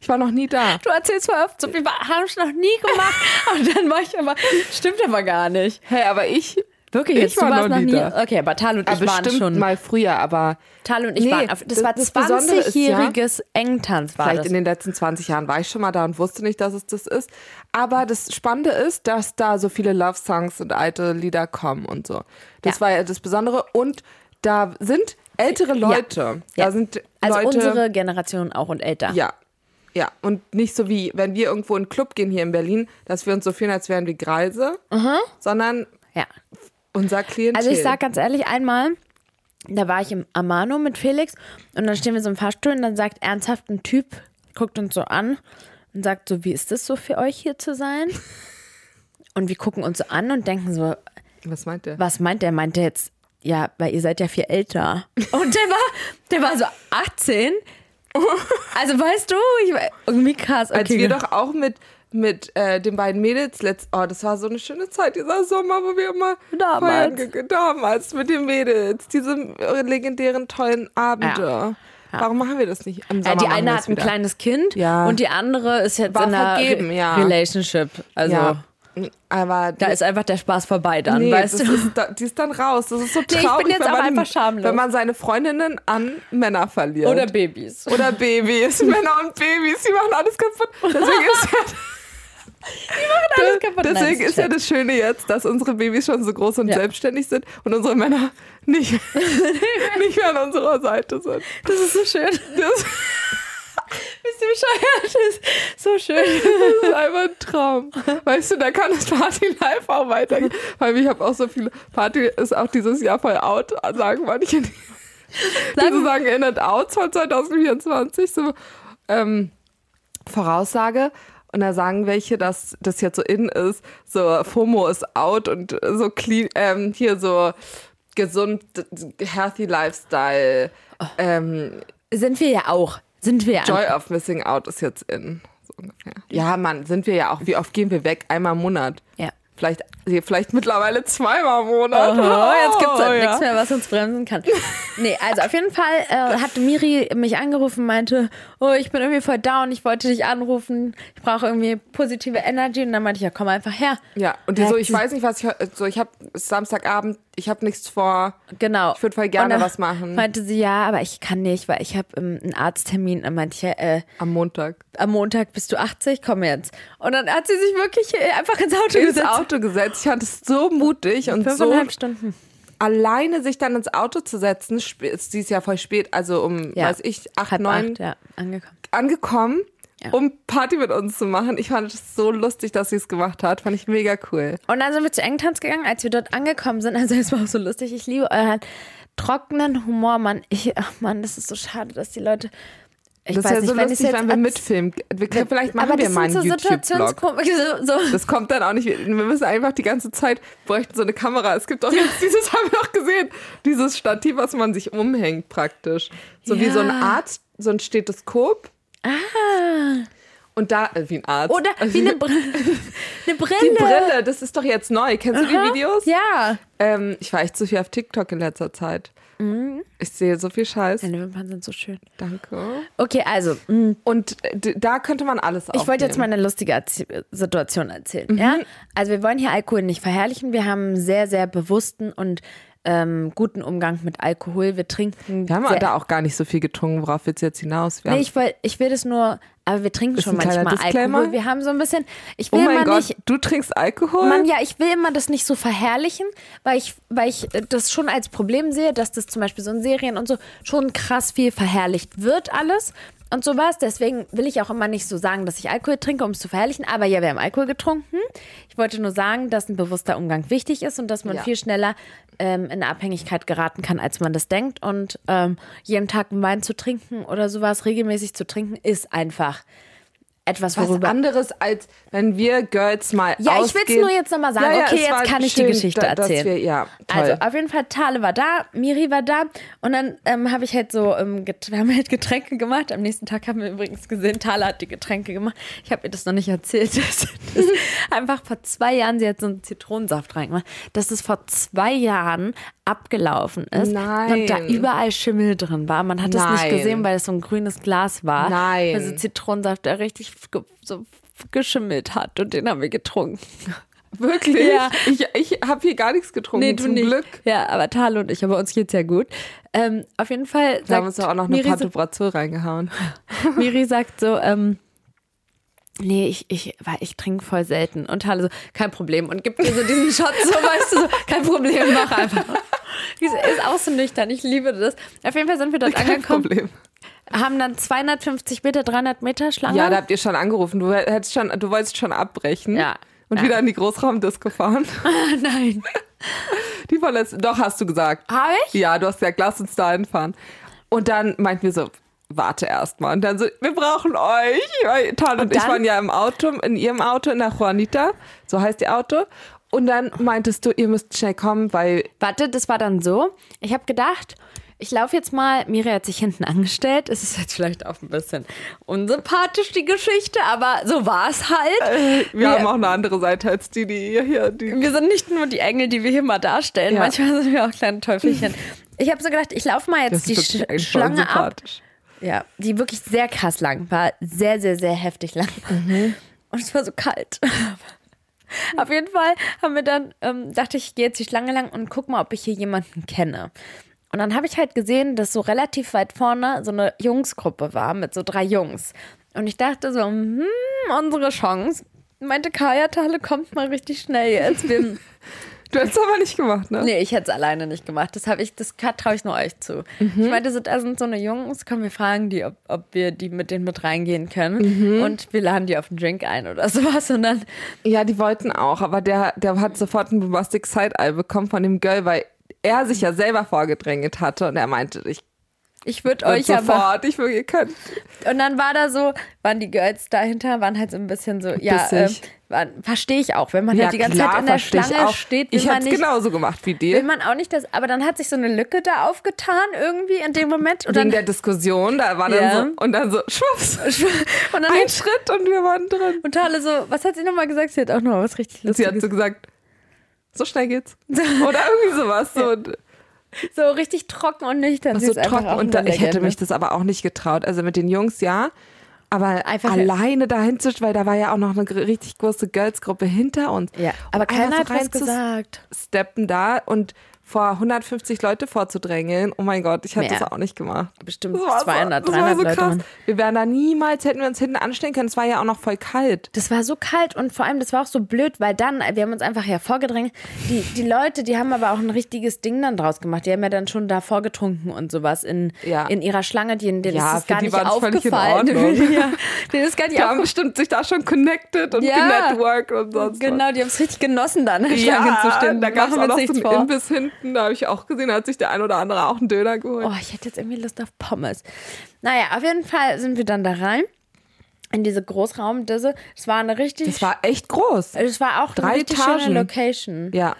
Speaker 2: Ich war noch nie da.
Speaker 1: du erzählst voll oft, so wir war- haben es noch nie gemacht. Und dann war ich aber, stimmt aber gar nicht.
Speaker 2: Hey, aber ich
Speaker 1: Wirklich,
Speaker 2: Ich
Speaker 1: jetzt
Speaker 2: war
Speaker 1: du warst
Speaker 2: noch
Speaker 1: noch nie.
Speaker 2: nie da.
Speaker 1: Okay, aber Tal und
Speaker 2: Ja,
Speaker 1: ich waren
Speaker 2: bestimmt
Speaker 1: schon.
Speaker 2: mal früher, aber
Speaker 1: Tal und ich
Speaker 2: Nee,
Speaker 1: waren auf, das,
Speaker 2: das-
Speaker 1: war
Speaker 2: das Besondere ist ja-
Speaker 1: 20-jähriges Engtanz war
Speaker 2: vielleicht
Speaker 1: Ah, das.
Speaker 2: in den letzten 20 Jahren war ich schon mal da und wusste nicht, dass es das ist. Aber das Spannende ist, dass da so viele Love-Songs und alte Lieder kommen und so. Das
Speaker 1: Ja.
Speaker 2: war ja das Besondere. Und da sind ältere Leute.
Speaker 1: Ja.
Speaker 2: Da sind
Speaker 1: also
Speaker 2: Leute,
Speaker 1: unsere Generation auch und älter.
Speaker 2: Ja. Ja, und nicht so wie, wenn wir irgendwo in einen Club gehen hier in Berlin, dass wir uns so fühlen, als wären wir Greise, sondern
Speaker 1: ja.
Speaker 2: unser Klientel.
Speaker 1: Also ich sag ganz ehrlich einmal, da war ich im Amano mit Felix und dann stehen wir so im Fahrstuhl und dann sagt ernsthaft ein Typ, guckt uns so an und sagt so, wie ist es so für euch hier zu sein? Und wir gucken uns so an und denken so,
Speaker 2: Was meint der?
Speaker 1: was meint der? Meint der jetzt, ja, weil ihr seid ja viel älter. Und der war, der war so 18. Also weißt du, ich war irgendwie krass. Okay, genau.
Speaker 2: Als wir doch auch mit, mit äh, den beiden Mädels letzt. Oh, das war so eine schöne Zeit, dieser Sommer, wo wir immer.
Speaker 1: Damals.
Speaker 2: feiern geg- damals mit den Mädels. Diese legendären, tollen Abende. Warum machen wir das nicht? Im
Speaker 1: Ja,
Speaker 2: Sommer
Speaker 1: Äh, die
Speaker 2: machen wir
Speaker 1: eine
Speaker 2: es
Speaker 1: hat ein
Speaker 2: wieder.
Speaker 1: kleines Kind
Speaker 2: Ja.
Speaker 1: und die andere ist jetzt
Speaker 2: War
Speaker 1: in einer
Speaker 2: vergeben,
Speaker 1: Re-
Speaker 2: ja.
Speaker 1: Relationship. Also
Speaker 2: Ja. Aber
Speaker 1: da ist einfach der Spaß vorbei dann,
Speaker 2: Nee,
Speaker 1: weißt
Speaker 2: das
Speaker 1: du?
Speaker 2: Ist, da, die ist dann raus. Das ist so
Speaker 1: bin
Speaker 2: traurig,
Speaker 1: jetzt
Speaker 2: wenn,
Speaker 1: auch
Speaker 2: man,
Speaker 1: einfach schamlos.
Speaker 2: wenn man seine Freundinnen an Männer verliert.
Speaker 1: Oder Babys.
Speaker 2: Oder Babys. Männer und Babys, die machen alles kaputt. Deswegen ist, ja,
Speaker 1: Alles kaputt. Nein,
Speaker 2: deswegen
Speaker 1: das
Speaker 2: ist ja
Speaker 1: Scherz.
Speaker 2: das Schöne jetzt, dass unsere Babys schon so groß und
Speaker 1: Ja.
Speaker 2: selbstständig sind und unsere Männer nicht, nicht mehr an unserer Seite sind.
Speaker 1: das ist so schön.
Speaker 2: Das
Speaker 1: Bist du bescheuert? Das ist so schön.
Speaker 2: Das ist einfach ein Traum. Weißt du, da kann das Party live auch weitergehen. Weil ich habe auch so viele. Party ist auch dieses Jahr voll out, sagen manche. Die Diese sagen In and Outs von 2024. So, ähm, Voraussage. Und da sagen welche, dass das jetzt so in ist. So FOMO ist out und so clean, ähm, hier so gesund, healthy Lifestyle. Ähm,
Speaker 1: Sind wir ja auch. Sind wir ja.
Speaker 2: Joy of Missing Out ist jetzt in. So ungefähr. Ja, Mann, sind wir ja auch. Wie oft gehen wir weg? Einmal im Monat.
Speaker 1: ja.
Speaker 2: Vielleicht, vielleicht mittlerweile zweimal im Monat.
Speaker 1: Oh, jetzt gibt es halt
Speaker 2: ja.
Speaker 1: nichts mehr, was uns bremsen kann. Nee, also auf jeden Fall äh, hat Miri mich angerufen, meinte, oh, ich bin irgendwie voll down, ich wollte dich anrufen, ich brauche irgendwie positive Energy. Und dann meinte ich, ja, komm einfach her.
Speaker 2: Ja, und die so, ich
Speaker 1: Herzen.
Speaker 2: weiß nicht, was ich. So, ich habe Samstagabend, ich habe nichts vor.
Speaker 1: Genau.
Speaker 2: Ich würd voll gerne
Speaker 1: Und dann
Speaker 2: was machen.
Speaker 1: Meinte sie, ja, aber ich kann nicht, weil ich habe ähm, einen Arzttermin. Und meinte ich, ja, äh,
Speaker 2: Am Montag.
Speaker 1: am Montag bist du 80, komm jetzt. Und dann hat sie sich wirklich äh, einfach ins Auto
Speaker 2: Ins
Speaker 1: gesetzt.
Speaker 2: Auto gesetzt. Ich fand es so mutig und so
Speaker 1: Fünfeinhalb Stunden.
Speaker 2: alleine sich dann ins Auto zu setzen. sp- ist Dieses Jahr voll spät, also um,
Speaker 1: Ja.
Speaker 2: weiß ich, acht,
Speaker 1: Halb
Speaker 2: neun
Speaker 1: acht, ja, angekommen.
Speaker 2: angekommen,
Speaker 1: Ja.
Speaker 2: um Party mit uns zu machen. Ich fand es so lustig, dass sie es gemacht hat. Fand ich mega cool.
Speaker 1: Und dann sind wir zu Engtanz gegangen, als wir dort angekommen sind. Also es war auch so lustig. Ich liebe euren trockenen Humor, Mann. Ich, ach Mann, das ist so schade, dass die Leute. Ich
Speaker 2: Das
Speaker 1: weiß
Speaker 2: ist ja
Speaker 1: nicht,
Speaker 2: so
Speaker 1: wenn ich's
Speaker 2: lustig,
Speaker 1: jetzt
Speaker 2: wenn wir
Speaker 1: als-
Speaker 2: mitfilmen. Wir können, vielleicht machen
Speaker 1: aber
Speaker 2: wir
Speaker 1: das
Speaker 2: mal
Speaker 1: sind
Speaker 2: einen
Speaker 1: so
Speaker 2: YouTube-Vlog.
Speaker 1: Situationskomik. So, so.
Speaker 2: Das kommt dann auch nicht. Wir wir müssen einfach die ganze Zeit, bräuchten so eine Kamera. Es gibt auch jetzt, dieses haben wir auch gesehen, dieses Stativ, was man sich umhängt praktisch. So wie so ein
Speaker 1: Ja. Ah.
Speaker 2: Arzt, so ein Stethoskop. Und da, äh, wie ein Arzt.
Speaker 1: Oder wie eine, Br eine Brille.
Speaker 2: die Brille, das ist doch jetzt neu. Kennst du die Videos?
Speaker 1: Ja.
Speaker 2: Ähm, ich war echt zu viel auf TikTok in letzter Zeit.
Speaker 1: Mhm.
Speaker 2: Ich sehe so viel Scheiß.
Speaker 1: Deine Wimpern sind so schön.
Speaker 2: Danke.
Speaker 1: Okay, also, mh,
Speaker 2: Und äh, d- da könnte man alles
Speaker 1: ich wollte jetzt mal eine lustige Erzie Situation erzählen.
Speaker 2: Mhm.
Speaker 1: Ja? Also, wir wollen hier Alkohol nicht verherrlichen. Wir haben einen sehr, sehr bewussten und ähm, guten Umgang mit Alkohol. Wir trinken.
Speaker 2: Wir haben
Speaker 1: sehr
Speaker 2: da auch gar nicht so viel getrunken. Worauf willst du jetzt hinaus? Wir
Speaker 1: Nee,
Speaker 2: haben-
Speaker 1: ich, will, ich will das nur, aber wir trinken schon
Speaker 2: ein kleiner
Speaker 1: manchmal
Speaker 2: Disclaimer?
Speaker 1: Alkohol. Wir haben so ein bisschen, ich
Speaker 2: oh
Speaker 1: will
Speaker 2: mein
Speaker 1: immer
Speaker 2: Gott,
Speaker 1: nicht,
Speaker 2: du trinkst Alkohol?
Speaker 1: man, ja, ich will immer das nicht so verherrlichen, weil ich, weil ich äh, das schon als Problem sehe, dass das zum Beispiel so in Serien und so schon krass viel verherrlicht wird alles und sowas. Deswegen will ich auch immer nicht so sagen, dass ich Alkohol trinke, um es zu verherrlichen. Aber ja, wir haben Alkohol getrunken. Ich wollte nur sagen, dass ein bewusster Umgang wichtig ist und dass man
Speaker 2: Ja.
Speaker 1: viel schneller ähm, in eine Abhängigkeit geraten kann, als man das denkt. Und ähm, jeden Tag einen Wein zu trinken oder sowas regelmäßig zu trinken, ist einfach etwas,
Speaker 2: was
Speaker 1: worüber
Speaker 2: anderes als wenn wir Girls mal
Speaker 1: Ja, ich will's
Speaker 2: ausgehen.
Speaker 1: nur jetzt noch mal sagen. Okay,
Speaker 2: es
Speaker 1: jetzt
Speaker 2: war
Speaker 1: kann ich die
Speaker 2: schön,
Speaker 1: Geschichte
Speaker 2: da, dass
Speaker 1: erzählen.
Speaker 2: Wir, ja, toll.
Speaker 1: Also auf jeden Fall, Thale war da, Miri war da und dann ähm, habe ich halt so, ähm, get- wir haben halt Getränke gemacht. Am nächsten Tag haben wir übrigens gesehen, Thale hat die Getränke gemacht. Ich habe ihr das noch nicht erzählt. Dass das einfach vor zwei Jahren, sie hat so einen Zitronensaft reingemacht, dass es vor zwei Jahren abgelaufen ist
Speaker 2: Nein.
Speaker 1: und da überall Schimmel drin war. Man hat das nicht
Speaker 2: Nein.
Speaker 1: gesehen, weil es so ein grünes Glas war.
Speaker 2: Nein.
Speaker 1: Also Zitronensaft, der richtig ge- so geschimmelt hat und den haben wir getrunken.
Speaker 2: wirklich,
Speaker 1: Ja.
Speaker 2: ich, ich habe hier gar nichts getrunken,
Speaker 1: Nee, du
Speaker 2: zum
Speaker 1: nicht.
Speaker 2: Glück.
Speaker 1: Ja, aber Thale und ich, aber uns geht's ja gut. Ähm, auf jeden Fall
Speaker 2: Da
Speaker 1: sagt
Speaker 2: haben uns doch auch noch eine
Speaker 1: Miri, so,
Speaker 2: Patobrazzo reingehauen.
Speaker 1: Miri sagt so, ähm, nee, ich, ich, weil ich trinke voll selten. Und Thale so, kein Problem. Und gibt mir so diesen Shot, so weißt du, so, kein Problem, mach einfach. Die ist- ist auch so nüchtern, ich liebe das. Auf jeden Fall sind wir dort
Speaker 2: Kein
Speaker 1: angekommen,
Speaker 2: Problem.
Speaker 1: haben dann 250 Meter, 300 Meter Schlange.
Speaker 2: Ja, da habt ihr schon angerufen. Du, hättest schon, du wolltest schon abbrechen
Speaker 1: Ja.
Speaker 2: und
Speaker 1: Ja.
Speaker 2: wieder in die Großraumdisco fahren.
Speaker 1: Nein.
Speaker 2: Die vorletzte, doch hast du gesagt.
Speaker 1: Habe ich?
Speaker 2: Ja, du hast gesagt, lass uns da hinfahren. Und dann meinten wir so, warte erstmal. Und dann so, wir brauchen euch. Weil Tan und,
Speaker 1: Und
Speaker 2: ich
Speaker 1: dann?
Speaker 2: waren ja im Auto, in ihrem Auto, in der Juanita, so heißt ihr Auto. Und dann meintest du, ihr müsst schnell kommen, weil
Speaker 1: Warte, das war dann so. Ich habe gedacht, ich laufe jetzt mal. Miri hat sich hinten angestellt. Es ist jetzt vielleicht auch ein bisschen unsympathisch, die Geschichte, aber so war es halt.
Speaker 2: Äh, wir haben auch eine andere Seite als die, die ihr hier. Die
Speaker 1: Wir sind nicht nur die Engel, die wir hier mal darstellen.
Speaker 2: Ja.
Speaker 1: Manchmal sind wir auch kleine Teufelchen. Ich habe so gedacht, ich laufe mal jetzt
Speaker 2: Das
Speaker 1: die
Speaker 2: ist wirklich
Speaker 1: Sch
Speaker 2: eigentlich voll
Speaker 1: Schlange ab.
Speaker 2: sympathisch.
Speaker 1: Ja, die wirklich sehr krass lang war. Sehr, sehr, sehr heftig lang. Und es war so kalt. Auf jeden Fall haben wir dann, ähm, dachte ich, ich gehe jetzt die Schlange lang und guck mal, ob ich hier jemanden kenne. Und dann habe ich halt gesehen, dass so relativ weit vorne so eine Jungsgruppe war mit so drei Jungs. Und ich dachte so, hm, unsere Chance. Meinte Kaya Tale kommt mal richtig schnell jetzt. Wir,
Speaker 2: Du hast es aber nicht gemacht, ne?
Speaker 1: Nee, ich hätte es alleine nicht gemacht. Das habe ich, das traue ich nur euch zu.
Speaker 2: Mhm.
Speaker 1: Ich meinte, so, da sind so eine Jungs, komm, wir fragen die, ob, ob wir die mit denen mit reingehen können.
Speaker 2: Mhm.
Speaker 1: Und wir laden die auf einen Drink ein oder sowas. Und dann,
Speaker 2: Ja, die wollten auch, aber der, der hat sofort ein Bombastic Side-Eye bekommen von dem Girl, weil er sich ja selber vorgedrängelt hatte und er meinte, ich
Speaker 1: ich würde
Speaker 2: bin
Speaker 1: euch aber.
Speaker 2: sofort, ich will, ihr könnt.
Speaker 1: Und dann war da so, waren die Girls dahinter, waren halt so ein bisschen so, ja, ähm,
Speaker 2: Bissig.
Speaker 1: waren- verstehe ich auch. Wenn man halt die ganze Zeit in der
Speaker 2: verstehe ich
Speaker 1: Schlange
Speaker 2: auch.
Speaker 1: steht, will
Speaker 2: Ich genau-
Speaker 1: man
Speaker 2: hätte
Speaker 1: nicht.
Speaker 2: es genauso gemacht wie
Speaker 1: Will
Speaker 2: dir.
Speaker 1: man auch nicht das, aber dann hat sich so eine Lücke da aufgetan irgendwie in dem Moment. Und
Speaker 2: Wegen
Speaker 1: dann,
Speaker 2: der Diskussion, da war dann
Speaker 1: Ja.
Speaker 2: so, und dann so, schwupps,
Speaker 1: und dann
Speaker 2: ein Schritt und wir waren drin.
Speaker 1: und Tale so, was hat sie nochmal gesagt? Sie hat auch noch was richtig
Speaker 2: Sie
Speaker 1: Lustiges
Speaker 2: hat so gesagt, so schnell geht's. Oder irgendwie sowas. So, und-
Speaker 1: So richtig trocken und nüchtern. Sie
Speaker 2: so
Speaker 1: ist einfach
Speaker 2: trocken
Speaker 1: auch
Speaker 2: und
Speaker 1: eine
Speaker 2: da, ich hätte
Speaker 1: Legende.
Speaker 2: mich das aber auch nicht getraut. Also mit den Jungs ja, aber
Speaker 1: Einfach-
Speaker 2: alleine dahin zu, weil da war ja auch noch eine gr- richtig große Girls-Gruppe hinter uns.
Speaker 1: Ja, aber
Speaker 2: Und
Speaker 1: keiner
Speaker 2: einfach
Speaker 1: hat
Speaker 2: so
Speaker 1: was gesagt.
Speaker 2: reinzusteppen da und vor 150 Leute vorzudrängeln. Oh mein Gott, ich hätte
Speaker 1: Mehr.
Speaker 2: das auch nicht gemacht.
Speaker 1: Bestimmt
Speaker 2: Das war
Speaker 1: 200,
Speaker 2: so, das
Speaker 1: 300
Speaker 2: war so
Speaker 1: Leute.
Speaker 2: krass.
Speaker 1: waren-
Speaker 2: Wir wären da niemals, hätten wir uns hinten anstellen können. Es war ja auch noch voll kalt.
Speaker 1: Das war so kalt und vor allem, das war auch so blöd, weil dann, äh, wir haben uns einfach ja vorgedrängt. Die, die Leute, die haben aber auch ein richtiges Ding dann draus gemacht. Die haben ja dann schon da vorgetrunken und sowas in,
Speaker 2: Ja.
Speaker 1: in ihrer Schlange. Die, denen
Speaker 2: Ja,
Speaker 1: ist es
Speaker 2: für
Speaker 1: gar
Speaker 2: die
Speaker 1: nicht
Speaker 2: war das völlig in
Speaker 1: aufgefallen.
Speaker 2: Ordnung.
Speaker 1: ja, denen ist gar nicht
Speaker 2: Die haben
Speaker 1: aufgefallen.
Speaker 2: bestimmt sich da schon connected und
Speaker 1: Ja.
Speaker 2: genetworked und sonst was.
Speaker 1: Genau, die haben es richtig genossen, da in der Schlange
Speaker 2: Ja,
Speaker 1: zu stehen.
Speaker 2: da gab es
Speaker 1: Machen wir
Speaker 2: auch
Speaker 1: uns
Speaker 2: noch so
Speaker 1: nichts
Speaker 2: einen
Speaker 1: vor.
Speaker 2: Imbiss hinten, da habe ich auch gesehen, da hat sich der ein oder andere auch einen Döner geholt.
Speaker 1: Oh, ich hätte jetzt irgendwie Lust auf Pommes. Naja, auf jeden Fall sind wir dann da rein. In diese Großraumdisse. Es war eine richtig.
Speaker 2: Das war echt groß.
Speaker 1: es war auch eine
Speaker 2: drei
Speaker 1: richtig
Speaker 2: Etagen.
Speaker 1: schöne Location.
Speaker 2: Ja.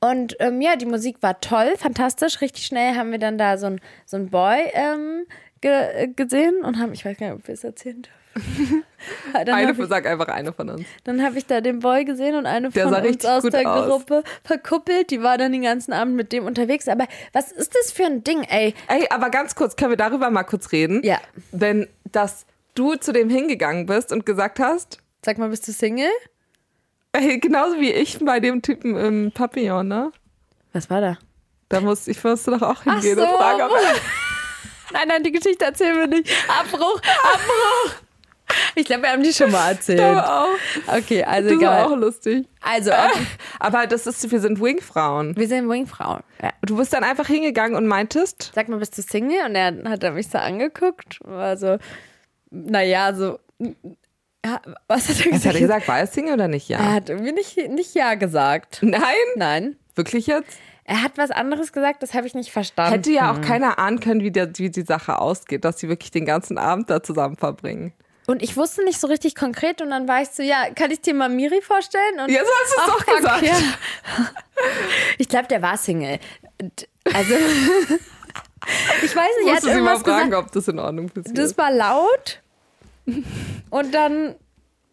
Speaker 1: Und ähm, ja, die Musik war toll, fantastisch. Richtig schnell haben wir dann da so ein, so ein Boy ähm, ge äh, gesehen und haben, ich weiß gar nicht, ob wir es erzählen dürfen. dann
Speaker 2: Eine,
Speaker 1: hab ich-
Speaker 2: sag einfach eine von uns.
Speaker 1: dann habe ich da den Boy gesehen und eine
Speaker 2: Der
Speaker 1: von
Speaker 2: sah
Speaker 1: uns
Speaker 2: richtig
Speaker 1: aus
Speaker 2: gut
Speaker 1: der
Speaker 2: aus.
Speaker 1: Gruppe verkuppelt. Die war dann den ganzen Abend mit dem unterwegs. Aber was ist das für ein Ding, ey?
Speaker 2: Ey, aber ganz kurz, können wir darüber mal kurz reden?
Speaker 1: Ja.
Speaker 2: Denn, dass du zu dem hingegangen bist und gesagt hast,
Speaker 1: Sag mal, bist du Single?
Speaker 2: ey, genauso wie ich bei dem Typen im Papillon, ne?
Speaker 1: Was war da?
Speaker 2: Da muss ich musste doch auch hingehen
Speaker 1: so.
Speaker 2: und fragen, ob
Speaker 1: Nein, nein, die Geschichte erzählen wir nicht. Abbruch, Abbruch. Ich glaube, wir haben die schon mal erzählt.
Speaker 2: auch.
Speaker 1: Okay, also
Speaker 2: Das war auch
Speaker 1: egal.
Speaker 2: lustig.
Speaker 1: Also, okay.
Speaker 2: Aber das ist, wir sind Wingfrauen.
Speaker 1: wir sind Wingfrauen. Ja.
Speaker 2: Du bist dann einfach hingegangen und meintest,
Speaker 1: Sag mal, bist du Single? Und er hat er mich so angeguckt. War so, naja, so. Ja, was hat er
Speaker 2: was hat
Speaker 1: gesagt?
Speaker 2: er gesagt, war er Single oder nicht?
Speaker 1: Er
Speaker 2: Ja.
Speaker 1: hat irgendwie nicht, nicht Ja gesagt.
Speaker 2: Nein?
Speaker 1: Nein.
Speaker 2: Wirklich jetzt? Mhm.
Speaker 1: Er hat was anderes gesagt, das habe ich nicht verstanden.
Speaker 2: Hätte ja auch keiner ahnen können, wie, der, wie die Sache ausgeht, dass sie wirklich den ganzen Abend da zusammen verbringen.
Speaker 1: Und ich wusste nicht so richtig konkret und dann war ich so, ja, kann ich dir mal Miri vorstellen? Und
Speaker 2: Jetzt hast du es
Speaker 1: Ach,
Speaker 2: doch
Speaker 1: fuck,
Speaker 2: gesagt.
Speaker 1: ja. Ich glaube, der war Single. D- Also, ich weiß nicht,
Speaker 2: Ich
Speaker 1: er hat
Speaker 2: musste sie mal
Speaker 1: irgendwas
Speaker 2: fragen,
Speaker 1: gesagt.
Speaker 2: ob das in Ordnung für sie
Speaker 1: Das
Speaker 2: ist.
Speaker 1: war laut. Und dann,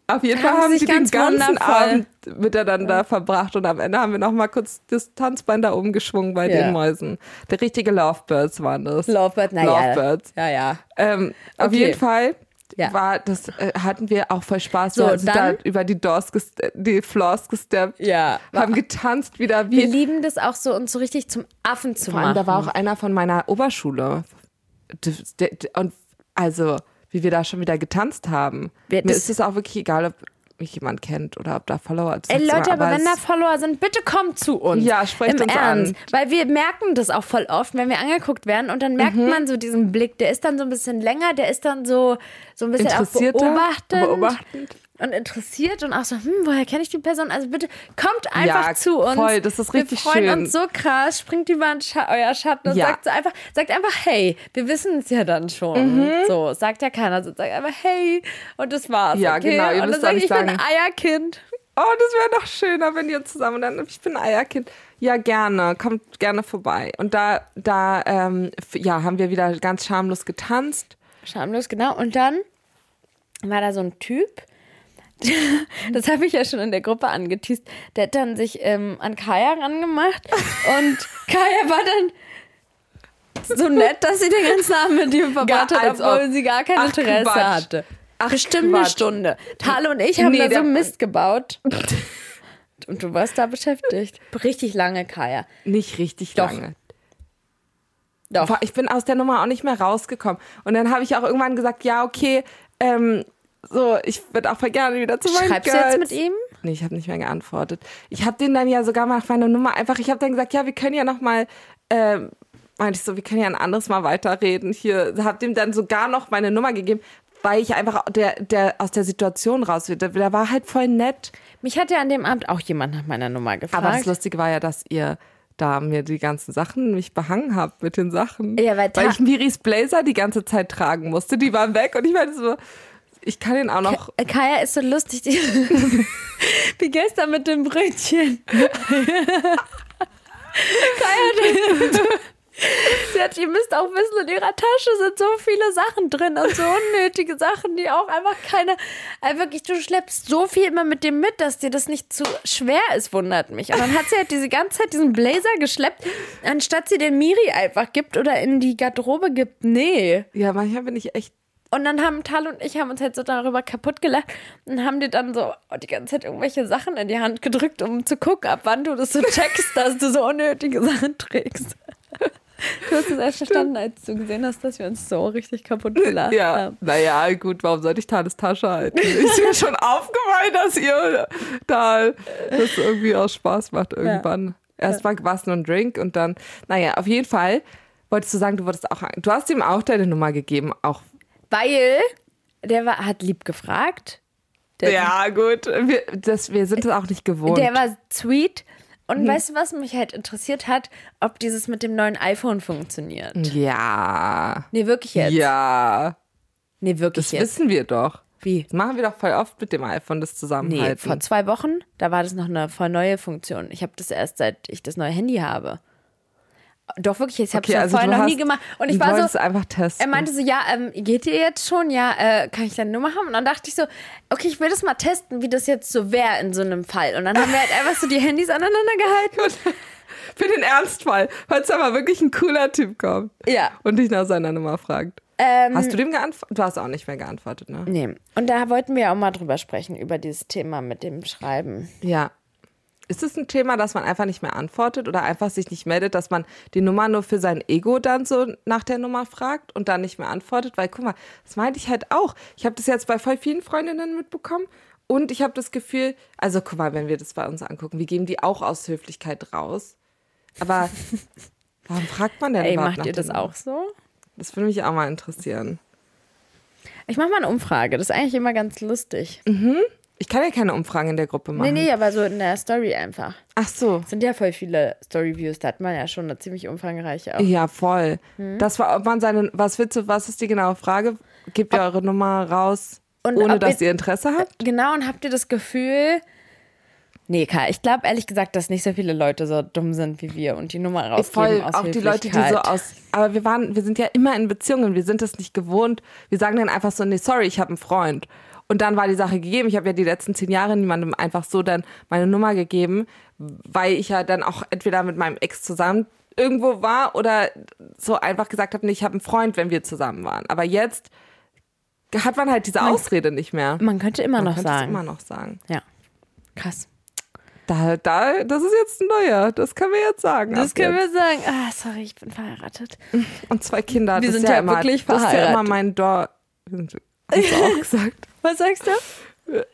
Speaker 2: Auf jeden
Speaker 1: haben
Speaker 2: Fall
Speaker 1: sie
Speaker 2: haben
Speaker 1: sich
Speaker 2: sie den
Speaker 1: ganz
Speaker 2: ganzen
Speaker 1: wundervoll-
Speaker 2: Abend miteinander verbracht und am Ende haben wir noch mal kurz das Tanzband da umgeschwungen bei
Speaker 1: Ja.
Speaker 2: den Mäusen. Der richtige Lovebirds waren das.
Speaker 1: Lovebird, naja.
Speaker 2: Lovebirds.
Speaker 1: Ja, ja.
Speaker 2: Ähm, auf
Speaker 1: Okay.
Speaker 2: jeden Fall
Speaker 1: Ja.
Speaker 2: war das äh, hatten wir auch voll Spaß.
Speaker 1: So,
Speaker 2: wir sind da
Speaker 1: dann-
Speaker 2: über die Doors gest die Floors gesteppt,
Speaker 1: Ja.
Speaker 2: haben getanzt wieder
Speaker 1: Wir
Speaker 2: wie
Speaker 1: lieben das auch so, uns so richtig zum Affen zu
Speaker 2: Vor allem,
Speaker 1: machen.
Speaker 2: da war auch einer von meiner Oberschule. Das- der- der- Und also, wie wir da schon wieder getanzt haben.
Speaker 1: Wer-
Speaker 2: Mir
Speaker 1: das-
Speaker 2: ist es auch wirklich egal, ob mich jemand kennt oder ob da Follower sind.
Speaker 1: Ey, Leute, aber wenn da
Speaker 2: es-
Speaker 1: Follower sind, bitte kommt zu uns.
Speaker 2: Ja, sprecht
Speaker 1: Im
Speaker 2: uns
Speaker 1: Ernst.
Speaker 2: an.
Speaker 1: Weil wir merken das auch voll oft, wenn wir angeguckt werden und dann
Speaker 2: Mhm.
Speaker 1: merkt man so diesen Blick, der ist dann so ein bisschen länger, der ist dann so, so ein bisschen auch
Speaker 2: Interessierter,
Speaker 1: beobachtend.
Speaker 2: beobachtend.
Speaker 1: Und und interessiert und auch so, hm, woher kenne ich die Person? Also bitte kommt einfach
Speaker 2: Ja,
Speaker 1: zu uns.
Speaker 2: voll, das ist richtig
Speaker 1: Wir freuen
Speaker 2: schön.
Speaker 1: uns so krass, springt über den Scha euer Schatten und
Speaker 2: Ja.
Speaker 1: sagt so einfach, sagt einfach, hey, wir wissen es ja dann schon.
Speaker 2: Mhm.
Speaker 1: So, sagt ja keiner, so, sagt einfach, hey, und das war's.
Speaker 2: Ja,
Speaker 1: okay?
Speaker 2: genau, ihr
Speaker 1: und
Speaker 2: müsst
Speaker 1: dann sag
Speaker 2: auch
Speaker 1: ich,
Speaker 2: nicht
Speaker 1: ich bin
Speaker 2: sagen.
Speaker 1: Eierkind.
Speaker 2: Oh, das wäre doch schöner, wenn ihr zusammen dann. Ich bin Eierkind. Ja, gerne. Kommt gerne vorbei. Und da, da, ähm, f- ja, haben wir wieder ganz schamlos getanzt.
Speaker 1: Schamlos, genau. Und dann war da so ein Typ, das habe ich ja schon in der Gruppe angeteased, der hat dann sich ähm, an Kaya rangemacht und Kaya war dann so nett, dass sie den ganzen Abend mit ihm verbracht
Speaker 2: Gar-
Speaker 1: hat,
Speaker 2: als
Speaker 1: obwohl
Speaker 2: ob.
Speaker 1: sie gar kein
Speaker 2: Ach,
Speaker 1: Interesse
Speaker 2: Quatsch.
Speaker 1: hatte.
Speaker 2: Ach,
Speaker 1: Bestimmt eine
Speaker 2: Quatsch.
Speaker 1: Stunde. Talo und ich haben
Speaker 2: Nee,
Speaker 1: da so
Speaker 2: der-
Speaker 1: Mist gebaut. Und du warst da beschäftigt. Richtig lange, Kaya.
Speaker 2: Nicht richtig
Speaker 1: Doch.
Speaker 2: lange.
Speaker 1: Doch.
Speaker 2: Boah, Ich bin aus der Nummer auch nicht mehr rausgekommen. Und dann habe ich auch irgendwann gesagt, ja, okay, ähm, so, ich würde auch voll gerne wieder zu meinen
Speaker 1: Schreibst du jetzt
Speaker 2: Girls.
Speaker 1: mit ihm?
Speaker 2: Nee, ich habe nicht mehr geantwortet. Ich habe den dann ja sogar mal nach meiner Nummer einfach, ich habe dann gesagt, ja, wir können ja noch mal, ähm, meinte ich so, wir können ja ein anderes Mal weiterreden. Hier, habe dem dann sogar noch meine Nummer gegeben, weil ich einfach der, der, aus der Situation raus will. Der, der war halt voll nett.
Speaker 1: Mich hat ja an dem Abend auch jemand nach meiner Nummer gefragt.
Speaker 2: Aber das Lustige war ja, dass ihr da mir die ganzen Sachen mich behangen habt mit den Sachen.
Speaker 1: Ja, weil
Speaker 2: weil
Speaker 1: ta-
Speaker 2: ich Miris Blazer die ganze Zeit tragen musste. Die waren weg und ich meinte so, ich kann den auch noch.
Speaker 1: Äh, Kaya ist so lustig. Die Wie gestern mit dem Brötchen. Kaya, die- sie hat, ihr müsst auch wissen, in ihrer Tasche sind so viele Sachen drin und so unnötige Sachen, die auch einfach keine. Äh, wirklich, du schleppst so viel immer mit dir mit, dass dir das nicht zu schwer ist, wundert mich. Und dann hat sie halt diese ganze Zeit diesen Blazer geschleppt, anstatt sie den Miri einfach gibt oder in die Garderobe gibt. Nee.
Speaker 2: Ja, manchmal bin ich echt.
Speaker 1: Und dann haben Tal und ich haben uns halt so darüber kaputt gelacht und haben dir dann so die ganze Zeit irgendwelche Sachen in die Hand gedrückt, um zu gucken, ab wann du das so checkst, dass du so unnötige Sachen trägst. Du hast es erst verstanden, als du gesehen hast, dass wir uns so richtig kaputt gelacht
Speaker 2: Ja,
Speaker 1: haben.
Speaker 2: naja, gut, warum sollte ich Thales Tasche halten? Ist mir schon aufgefallen, dass ihr da das irgendwie aus Spaß macht irgendwann. Erst mal war es nur ein Drink und dann, naja, auf jeden Fall wolltest du sagen, du wurdest auch, an- du hast ihm auch deine Nummer gegeben, auch
Speaker 1: Weil der war, hat lieb gefragt, Der-
Speaker 2: Ja, gut. Wir, das, wir sind das auch nicht gewohnt.
Speaker 1: der war sweet und
Speaker 2: Hm.
Speaker 1: weißt du, was mich halt interessiert hat? Ob dieses mit dem neuen iPhone funktioniert.
Speaker 2: Hm. ja.
Speaker 1: Nee, wirklich jetzt.
Speaker 2: Ja.
Speaker 1: Nee, wirklich
Speaker 2: Das
Speaker 1: jetzt.
Speaker 2: wissen wir doch.
Speaker 1: Wie?
Speaker 2: Das machen wir doch voll oft mit dem iPhone, das
Speaker 1: Nee,
Speaker 2: Zusammenhalten.
Speaker 1: vor zwei Wochen, da war das noch eine voll neue Funktion. Ich habe das erst seit ich das neue Handy habe. Doch wirklich, ich habe es vorher
Speaker 2: also du
Speaker 1: noch nie
Speaker 2: hast-
Speaker 1: gemacht. Und ich
Speaker 2: du
Speaker 1: war
Speaker 2: wolltest
Speaker 1: so,
Speaker 2: einfach testen.
Speaker 1: er meinte so, ja, ähm, geht ihr jetzt schon? Ja, äh, kann ich deine Nummer haben? Und dann dachte ich so, okay, ich will das mal testen, wie das jetzt so wäre in so einem Fall. Und dann haben wir halt einfach so die Handys aneinander gehalten.
Speaker 2: Für den Ernstfall, falls da mal wirklich ein cooler Typ kommt.
Speaker 1: Ja.
Speaker 2: Und dich nach seiner Nummer fragt.
Speaker 1: Ähm,
Speaker 2: hast du dem geantwortet? Du hast auch nicht mehr geantwortet, ne?
Speaker 1: nee. Und da wollten wir ja auch mal drüber sprechen, über dieses Thema mit dem Schreiben.
Speaker 2: Ja. Ist es ein Thema, dass man einfach nicht mehr antwortet oder einfach sich nicht meldet, dass man die Nummer nur für sein Ego dann so nach der Nummer fragt und dann nicht mehr antwortet? Weil, guck mal, das meinte ich halt auch. Ich habe das jetzt bei voll vielen Freundinnen mitbekommen und ich habe das Gefühl, also guck mal, wenn wir das bei uns angucken, wir geben die auch aus Höflichkeit raus. Aber warum fragt man denn
Speaker 1: Ey,
Speaker 2: überhaupt
Speaker 1: macht
Speaker 2: nach
Speaker 1: ihr
Speaker 2: der
Speaker 1: das
Speaker 2: Nummer?
Speaker 1: auch so?
Speaker 2: Das würde mich auch mal interessieren.
Speaker 1: Ich mache mal eine Umfrage, das ist eigentlich immer ganz lustig.
Speaker 2: Mhm. Ich kann ja keine Umfragen in der Gruppe
Speaker 1: Nee,
Speaker 2: machen.
Speaker 1: nee, aber so in der Story einfach.
Speaker 2: Ach so.
Speaker 1: sind ja voll viele Storyviews, da hat man ja schon eine ziemlich umfangreiche auch.
Speaker 2: Ja, voll.
Speaker 1: Hm.
Speaker 2: Das war, ob man seine, was willst du, was ist die genaue Frage? Gebt ihr eure Nummer raus,
Speaker 1: Und
Speaker 2: ohne
Speaker 1: ob
Speaker 2: dass
Speaker 1: ihr-
Speaker 2: ihr Interesse habt?
Speaker 1: Genau, und habt ihr das Gefühl, nee, Karl, ich glaube ehrlich gesagt, dass nicht so viele Leute so dumm sind wie wir und die Nummer rausgeben
Speaker 2: Voll,
Speaker 1: aus
Speaker 2: auch die Leute, die so
Speaker 1: Höflichkeit.
Speaker 2: aus, aber wir waren, wir sind ja immer in Beziehungen, wir sind es nicht gewohnt. Wir sagen dann einfach so, nee, sorry, ich habe einen Freund. Und dann war die Sache gegeben. Ich habe ja die letzten zehn Jahre niemandem einfach so dann meine Nummer gegeben, weil ich ja dann auch entweder mit meinem Ex zusammen irgendwo war oder so einfach gesagt habe, nee, ich habe einen Freund, wenn wir zusammen waren. Aber jetzt hat man halt diese Ausrede nicht mehr.
Speaker 1: Man könnte immer noch
Speaker 2: Könntest du
Speaker 1: sagen.
Speaker 2: immer noch sagen.
Speaker 1: Ja. Krass.
Speaker 2: Da, da, das ist jetzt ein neuer. Das können wir jetzt sagen.
Speaker 1: Das
Speaker 2: ab
Speaker 1: können
Speaker 2: jetzt.
Speaker 1: wir sagen. Ah, sorry, ich bin verheiratet.
Speaker 2: Und zwei Kinder.
Speaker 1: Wir
Speaker 2: das
Speaker 1: sind
Speaker 2: ist ja
Speaker 1: ja
Speaker 2: immer,
Speaker 1: wirklich
Speaker 2: Das ist ja immer
Speaker 1: verheiratet.
Speaker 2: mein Door. Wir sind- Hast du auch gesagt.
Speaker 1: Was sagst du?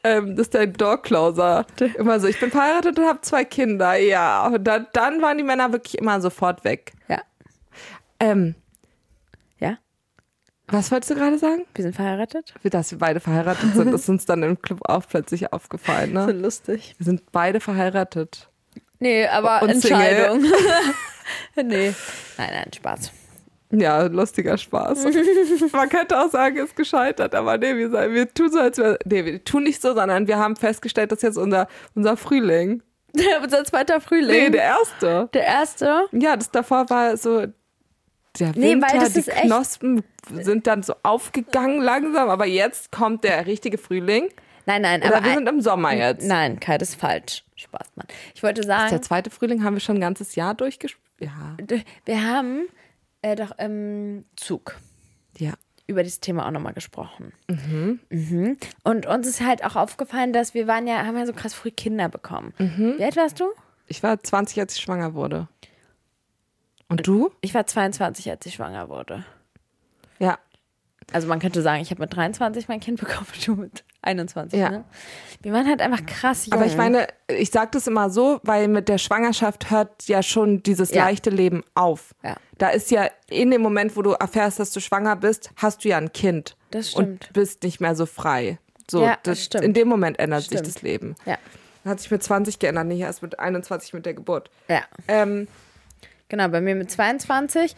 Speaker 2: Ähm, das ist dein Door-Closer. Immer so, ich bin verheiratet und habe zwei Kinder. Ja, und dann, dann waren die Männer wirklich immer sofort weg.
Speaker 1: Ja.
Speaker 2: Ähm,
Speaker 1: Ja.
Speaker 2: Was wolltest du gerade sagen?
Speaker 1: Wir sind verheiratet.
Speaker 2: Dass wir beide verheiratet sind, ist uns dann im Club auch plötzlich aufgefallen. Ne?
Speaker 1: lustig.
Speaker 2: Wir sind beide verheiratet.
Speaker 1: Nee, aber
Speaker 2: Und Single.
Speaker 1: Entscheidung. nee. Nein, nein, Spaß.
Speaker 2: Ja, lustiger Spaß. Man könnte auch sagen, es ist gescheitert, aber nee, wir, sagen, wir tun so, als wir, nee, wir tun nicht so, sondern wir haben festgestellt, dass jetzt unser, unser Frühling,
Speaker 1: Unser zweiter Frühling.
Speaker 2: nee, der erste.
Speaker 1: der erste.
Speaker 2: Ja, das davor war so der
Speaker 1: Nee, weil
Speaker 2: Winter,
Speaker 1: das
Speaker 2: die
Speaker 1: ist echt-
Speaker 2: Knospen sind dann so aufgegangen langsam, aber jetzt kommt der richtige Frühling.
Speaker 1: Nein, nein,
Speaker 2: Oder
Speaker 1: aber
Speaker 2: wir
Speaker 1: ein-
Speaker 2: sind im Sommer jetzt.
Speaker 1: Nein, Kai, das ist falsch. Spaß, Mann. Ich wollte sagen,
Speaker 2: Der zweite Frühling haben wir schon ein ganzes Jahr durchgespielt. Ja,
Speaker 1: d- wir haben äh, doch im Zug
Speaker 2: ja.
Speaker 1: über dieses Thema auch nochmal gesprochen. Mhm. Und uns ist halt auch aufgefallen, dass wir waren ja, haben ja so krass früh Kinder bekommen.
Speaker 2: Mhm.
Speaker 1: Wie alt warst du?
Speaker 2: Ich war 20, als ich schwanger wurde. Und du?
Speaker 1: Ich war 22, als ich schwanger wurde. Äh,
Speaker 2: Ja.
Speaker 1: Also man könnte sagen, ich habe mit 23 mein Kind bekommen, du mit 21.
Speaker 2: Ja.
Speaker 1: Ne? Wir waren halt einfach krass jung.
Speaker 2: Aber ich meine, ich sage das immer so, weil mit der Schwangerschaft hört ja schon dieses
Speaker 1: Ja.
Speaker 2: leichte Leben auf.
Speaker 1: Ja.
Speaker 2: Da ist ja in dem Moment, wo du erfährst, dass du schwanger bist, hast du ja ein Kind.
Speaker 1: Das stimmt.
Speaker 2: Und bist nicht mehr so frei. So,
Speaker 1: Ja, das
Speaker 2: das,
Speaker 1: stimmt.
Speaker 2: In dem Moment ändert
Speaker 1: Stimmt.
Speaker 2: sich das Leben.
Speaker 1: Ja,
Speaker 2: Hat sich mit 20 geändert, nicht erst mit 21 mit der Geburt.
Speaker 1: ja.
Speaker 2: Ähm,
Speaker 1: Genau, bei mir mit 22.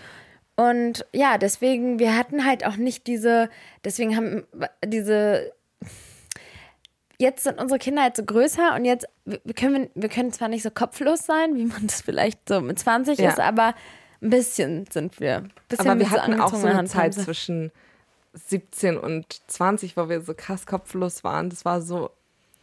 Speaker 1: Und ja, deswegen, wir hatten halt auch nicht diese, deswegen haben diese, jetzt sind unsere Kinder halt so größer und jetzt wir wir können, wir können zwar nicht so kopflos sein, wie man das vielleicht so mit 20
Speaker 2: Ja.
Speaker 1: ist, aber ein bisschen sind wir. Ein Bisschen
Speaker 2: aber wir
Speaker 1: mit so
Speaker 2: hatten auch so
Speaker 1: angezogener
Speaker 2: eine Zeit
Speaker 1: Handbremse.
Speaker 2: zwischen 17 und 20, wo wir so krass kopflos waren. Das war so,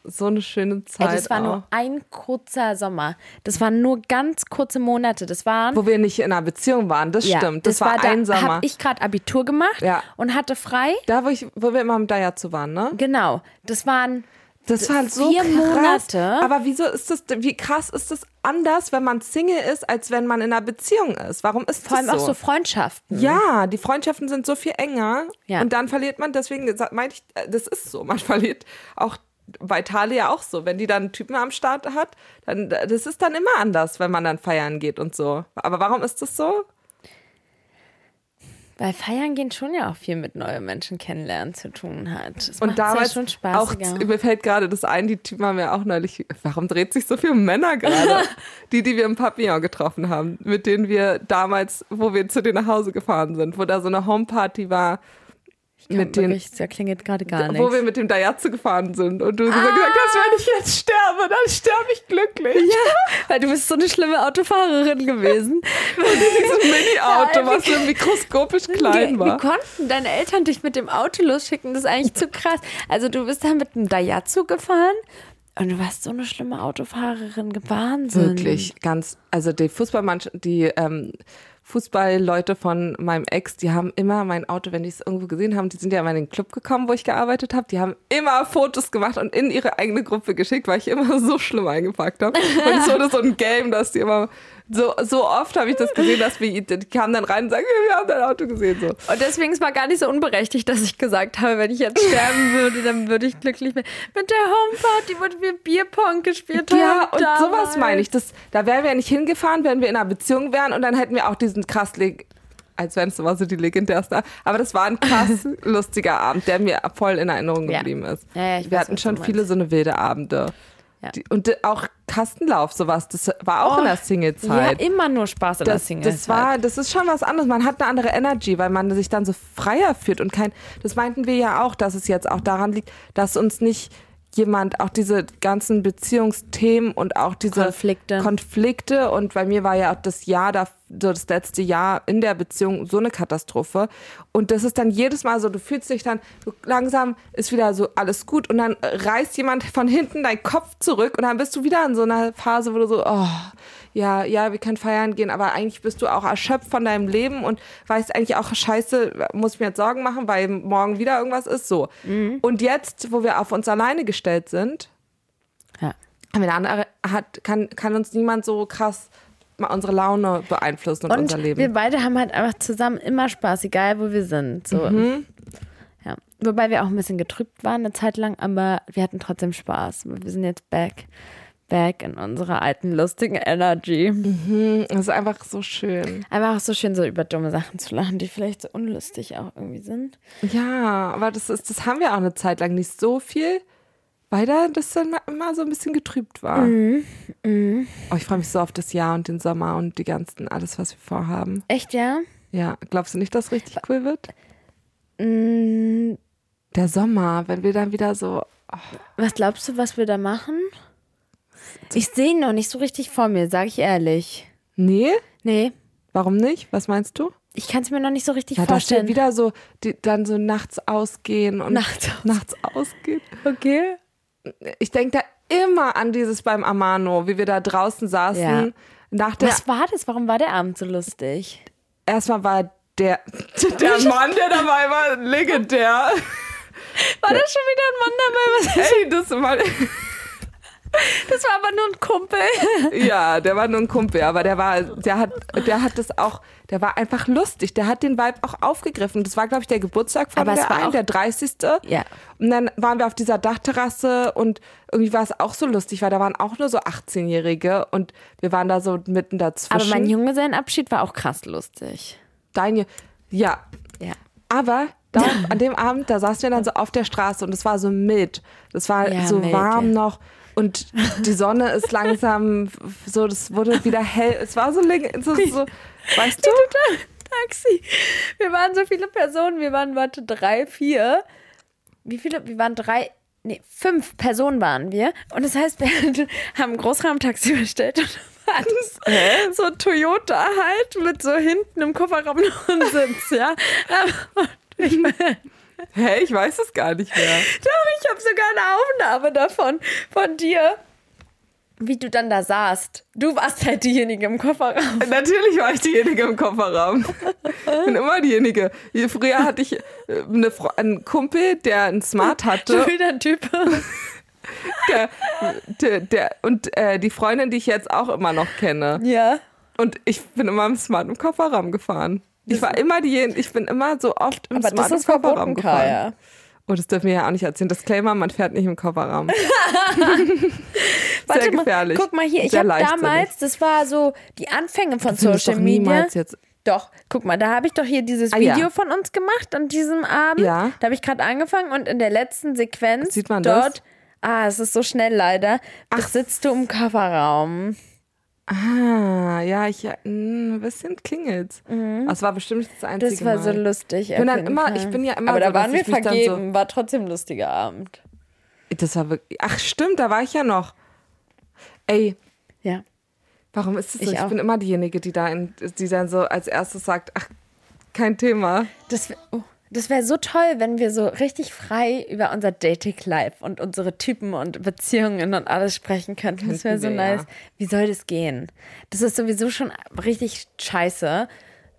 Speaker 2: so eine schöne
Speaker 1: Ey,
Speaker 2: Zeit.
Speaker 1: das war
Speaker 2: auch.
Speaker 1: nur ein kurzer Sommer. Das waren nur ganz kurze Monate. Das waren
Speaker 2: wo wir nicht in einer Beziehung waren, das
Speaker 1: Ja,
Speaker 2: stimmt. Das, war, ein
Speaker 1: da
Speaker 2: Sommer.
Speaker 1: habe ich gerade Abitur gemacht
Speaker 2: Ja.
Speaker 1: und hatte frei.
Speaker 2: Da, wo, ich, wo wir immer im Dayatsu waren, ne?
Speaker 1: Genau, das waren
Speaker 2: Das war halt so
Speaker 1: vier
Speaker 2: krass.
Speaker 1: Monate.
Speaker 2: Aber wieso ist das, wie krass ist das anders, wenn man Single ist, als wenn man in einer Beziehung ist? Warum ist
Speaker 1: vor allem
Speaker 2: das
Speaker 1: auch
Speaker 2: so?
Speaker 1: so Freundschaften.
Speaker 2: ja, die Freundschaften sind so viel enger
Speaker 1: Ja.
Speaker 2: und dann verliert man, deswegen das meinte ich, äh, das ist so, man verliert auch bei Talia auch so, wenn die dann einen Typen am Start hat, dann äh, das ist dann immer anders, wenn man dann feiern geht und so. Aber warum ist das so?
Speaker 1: Weil feiern gehen schon ja auch viel mit neue Menschen kennenlernen zu tun hat. Das
Speaker 2: Und
Speaker 1: macht's ja
Speaker 2: damals
Speaker 1: schon
Speaker 2: auch,
Speaker 1: spaßiger.
Speaker 2: mir fällt gerade das ein, die Typen haben ja auch neulich, warum dreht sich so viel um Männer gerade? die, die wir im Papillon getroffen haben, mit denen wir damals, wo wir zu dir nach Hause gefahren sind, wo da so eine Homeparty war, mit denen,
Speaker 1: Wirklich, da klingelt gerade gar
Speaker 2: wo wir
Speaker 1: nichts. Ah!
Speaker 2: mit dem Daihatsu gefahren sind und du so gesagt hast, wenn ich jetzt sterbe, dann sterbe ich glücklich.
Speaker 1: Weil du bist so eine schlimme Autofahrerin gewesen.
Speaker 2: Dieses Mini-Auto,
Speaker 1: Nein,
Speaker 2: was so mikroskopisch klein
Speaker 1: Wie, wie
Speaker 2: war.
Speaker 1: konnten deine Eltern dich mit dem Auto losschicken? Das ist eigentlich zu krass. Also du bist da mit einem Daihatsu gefahren und du warst so eine schlimme Autofahrerin. Wahnsinn.
Speaker 2: Wirklich, ganz, also die Fußballmannschaft, die ähm, Fußballleute von meinem Ex, die haben immer mein Auto, wenn die es irgendwo gesehen haben, die sind ja immer in den Club gekommen, wo ich gearbeitet habe, die haben immer Fotos gemacht und in ihre eigene Gruppe geschickt, weil ich immer so schlimm eingepackt habe. Und es wurde so ein Game, dass die immer, so, so oft habe ich das gesehen, dass wir, die kamen dann rein und sagen, wir haben dein Auto gesehen, so.
Speaker 1: Und deswegen es war gar nicht so unberechtigt, dass ich gesagt habe, wenn ich jetzt sterben würde, dann würde ich glücklich werden. Mit der Homeparty, wo wir Bierpong gespielt haben.
Speaker 2: Ja, und
Speaker 1: damals.
Speaker 2: sowas meine ich. Das, da wären wir ja nicht hingefahren, wenn wir in einer Beziehung wären und dann hätten wir auch diesen krass, leg- als wenn es so war, so die legendärste. Aber das war ein krass lustiger Abend, der mir voll in Erinnerung
Speaker 1: Ja.
Speaker 2: geblieben ist.
Speaker 1: Ja, ja, ich
Speaker 2: wir
Speaker 1: weiß,
Speaker 2: hatten
Speaker 1: was du
Speaker 2: schon
Speaker 1: meinst.
Speaker 2: viele so eine wilde Abende.
Speaker 1: Ja.
Speaker 2: Die, und de- auch Kastenlauf, sowas, das war auch
Speaker 1: Oh.
Speaker 2: in der
Speaker 1: Ja,
Speaker 2: Single-Zeit.
Speaker 1: immer nur Spaß in der
Speaker 2: das,
Speaker 1: Single.
Speaker 2: das war, das ist schon was anderes. Man hat eine andere Energy, weil man sich dann so freier fühlt und kein. Das meinten wir ja auch, dass es jetzt auch daran liegt, dass uns nicht jemand auch diese ganzen Beziehungsthemen und auch diese
Speaker 1: Konflikte.
Speaker 2: Konflikte und bei mir war ja auch das Jahr da, so das letzte Jahr in der Beziehung so eine Katastrophe und das ist dann jedes Mal so, du fühlst dich dann so langsam ist wieder so alles gut und dann reißt jemand von hinten deinen Kopf zurück und dann bist du wieder in so einer Phase, wo du so oh ja, ja, wir können feiern gehen, aber eigentlich bist du auch erschöpft von deinem Leben und weißt eigentlich auch, scheiße, muss ich mir jetzt Sorgen machen, weil morgen wieder irgendwas ist, so. Und jetzt, wo wir auf uns alleine gestellt sind,
Speaker 1: Ja.
Speaker 2: haben wir eine andere, hat, kann, kann uns niemand so krass mal unsere Laune beeinflussen und,
Speaker 1: Und
Speaker 2: unser Leben.
Speaker 1: wir beide haben halt einfach zusammen immer Spaß, egal wo wir sind. So.
Speaker 2: Mhm.
Speaker 1: Ja. Wobei wir auch ein bisschen getrübt waren eine Zeit lang, aber wir hatten trotzdem Spaß. Wir sind jetzt back. back in unserer alten lustigen Energy.
Speaker 2: Mhm. Das ist einfach so schön.
Speaker 1: Einfach auch so schön, so über dumme Sachen zu lachen, die vielleicht so unlustig auch irgendwie sind.
Speaker 2: Ja, aber das ist, das haben wir auch eine Zeit lang nicht so viel, weil da das dann ma- immer so ein bisschen getrübt war.
Speaker 1: Mhm,
Speaker 2: Oh, ich freue mich so auf das Jahr und den Sommer und die ganzen, alles, was wir vorhaben.
Speaker 1: Echt, ja?
Speaker 2: Ja, glaubst du nicht, dass es richtig cool wird?
Speaker 1: Mm,
Speaker 2: Der Sommer, wenn wir dann wieder so.
Speaker 1: Was glaubst du, was wir da machen? Ich sehe ihn noch nicht so richtig vor mir, sage ich ehrlich.
Speaker 2: Nee?
Speaker 1: Nee,
Speaker 2: Warum nicht? Was meinst du?
Speaker 1: ich kann es mir noch nicht so richtig
Speaker 2: Ja, da steht
Speaker 1: vorstellen.
Speaker 2: wieder so, die, dann so nachts ausgehen und
Speaker 1: Nachts aus-
Speaker 2: nachts ausgehen.
Speaker 1: okay.
Speaker 2: Ich denke da immer an dieses beim Amano, wie wir da draußen saßen.
Speaker 1: Ja.
Speaker 2: Nach der
Speaker 1: Was war das? Warum war der Abend so lustig?
Speaker 2: erstmal war der, der Mann, der dabei war, legendär.
Speaker 1: War da schon wieder ein Mann dabei?
Speaker 2: Ey, das war,
Speaker 1: Das war aber nur ein Kumpel.
Speaker 2: ja, der war nur ein Kumpel, aber der war, der hat, der hat das auch, der war einfach lustig. Der hat den Vibe auch aufgegriffen. Das war, glaube ich, der Geburtstag von
Speaker 1: Aber es
Speaker 2: der
Speaker 1: war
Speaker 2: einen,
Speaker 1: auch-
Speaker 2: der 30.
Speaker 1: Ja.
Speaker 2: Und dann waren wir auf dieser Dachterrasse und irgendwie war es auch so lustig, weil da waren auch nur so 18-Jährige und wir waren da so mitten dazwischen.
Speaker 1: Aber mein Junggesellenabschied war auch krass lustig.
Speaker 2: Deine, ja,
Speaker 1: Ja.
Speaker 2: Aber da, an dem Abend, da saßen wir dann so auf der Straße und es war so mild. Es war
Speaker 1: Ja,
Speaker 2: so
Speaker 1: mild,
Speaker 2: warm
Speaker 1: ja.
Speaker 2: noch und die Sonne ist langsam f- so, das wurde wieder hell. Es war so, ling- so, so weißt du?
Speaker 1: Taxi. Wir waren so viele Personen. Wir waren, warte, drei, vier. Wie viele? Wir waren drei, nee, fünf Personen waren wir. Und das heißt, wir haben ein Großraumtaxi bestellt und waren so ein Toyota halt mit so hinten im Kofferraum noch ein Sitz, ja. Aber ich meine,
Speaker 2: Hä, ich weiß es gar nicht mehr.
Speaker 1: doch, ich habe sogar eine Aufnahme davon, von dir. Wie du dann da saßt. Du warst halt diejenige im Kofferraum.
Speaker 2: Natürlich war ich diejenige im Kofferraum. Ich bin immer diejenige. Hier Früher hatte ich äh, eine, Fre- einen Kumpel, der ein Smart hatte
Speaker 1: Schon wieder ein Typ.
Speaker 2: der, der, der, und äh, die Freundin, die ich jetzt auch immer noch kenne.
Speaker 1: Ja.
Speaker 2: Und ich bin immer im smarten Kofferraum gefahren. Ich war immer diejenige, ich bin immer so oft im
Speaker 1: Aber das
Speaker 2: smarten
Speaker 1: ist
Speaker 2: Kofferraum
Speaker 1: verboten,
Speaker 2: gefahren.
Speaker 1: Kaya.
Speaker 2: Oh, das dürfen wir ja auch nicht erzählen. Disclaimer, man fährt nicht im Kofferraum.
Speaker 1: Warte
Speaker 2: Sehr gefährlich.
Speaker 1: Mal, guck mal hier, ich
Speaker 2: Sehr
Speaker 1: habe
Speaker 2: leichtsinnig.
Speaker 1: damals, das war so die Anfänge von
Speaker 2: findest
Speaker 1: Social
Speaker 2: doch
Speaker 1: Media.
Speaker 2: niemals jetzt-
Speaker 1: Doch, guck mal, da habe ich doch hier dieses
Speaker 2: Ah, ja.
Speaker 1: Video von uns gemacht an diesem Abend.
Speaker 2: Ja.
Speaker 1: Da habe ich gerade angefangen und in der letzten Sequenz
Speaker 2: Sieht man das?
Speaker 1: dort. Ah, es ist so schnell leider. Ach, sitzt du im Kofferraum.
Speaker 2: Ah, ja, ich, mh, ein bisschen klingelt's. Aber es war bestimmt nicht das einzige
Speaker 1: Mhm. Das war so
Speaker 2: Mal.
Speaker 1: lustig.
Speaker 2: bin dann immer- ich bin ja immer
Speaker 1: Aber
Speaker 2: so,
Speaker 1: da waren
Speaker 2: dass
Speaker 1: wir
Speaker 2: ich mich dann so-
Speaker 1: vergeben, war trotzdem ein lustiger Abend.
Speaker 2: Das war wirklich, ach stimmt, da war ich ja noch. Ey,
Speaker 1: Ja.
Speaker 2: warum ist das so?
Speaker 1: Ich
Speaker 2: Ich,
Speaker 1: auch.
Speaker 2: bin immer diejenige, die da, in, die dann so als erstes sagt, ach, kein Thema.
Speaker 1: Das, wär- oh, das wäre so toll, wenn wir so richtig frei über unser Dating-Life und unsere Typen und Beziehungen und alles sprechen könnten. das wäre
Speaker 2: Könnten
Speaker 1: so
Speaker 2: wir,
Speaker 1: nice.
Speaker 2: ja.
Speaker 1: Wie soll das gehen? Das ist sowieso schon richtig scheiße.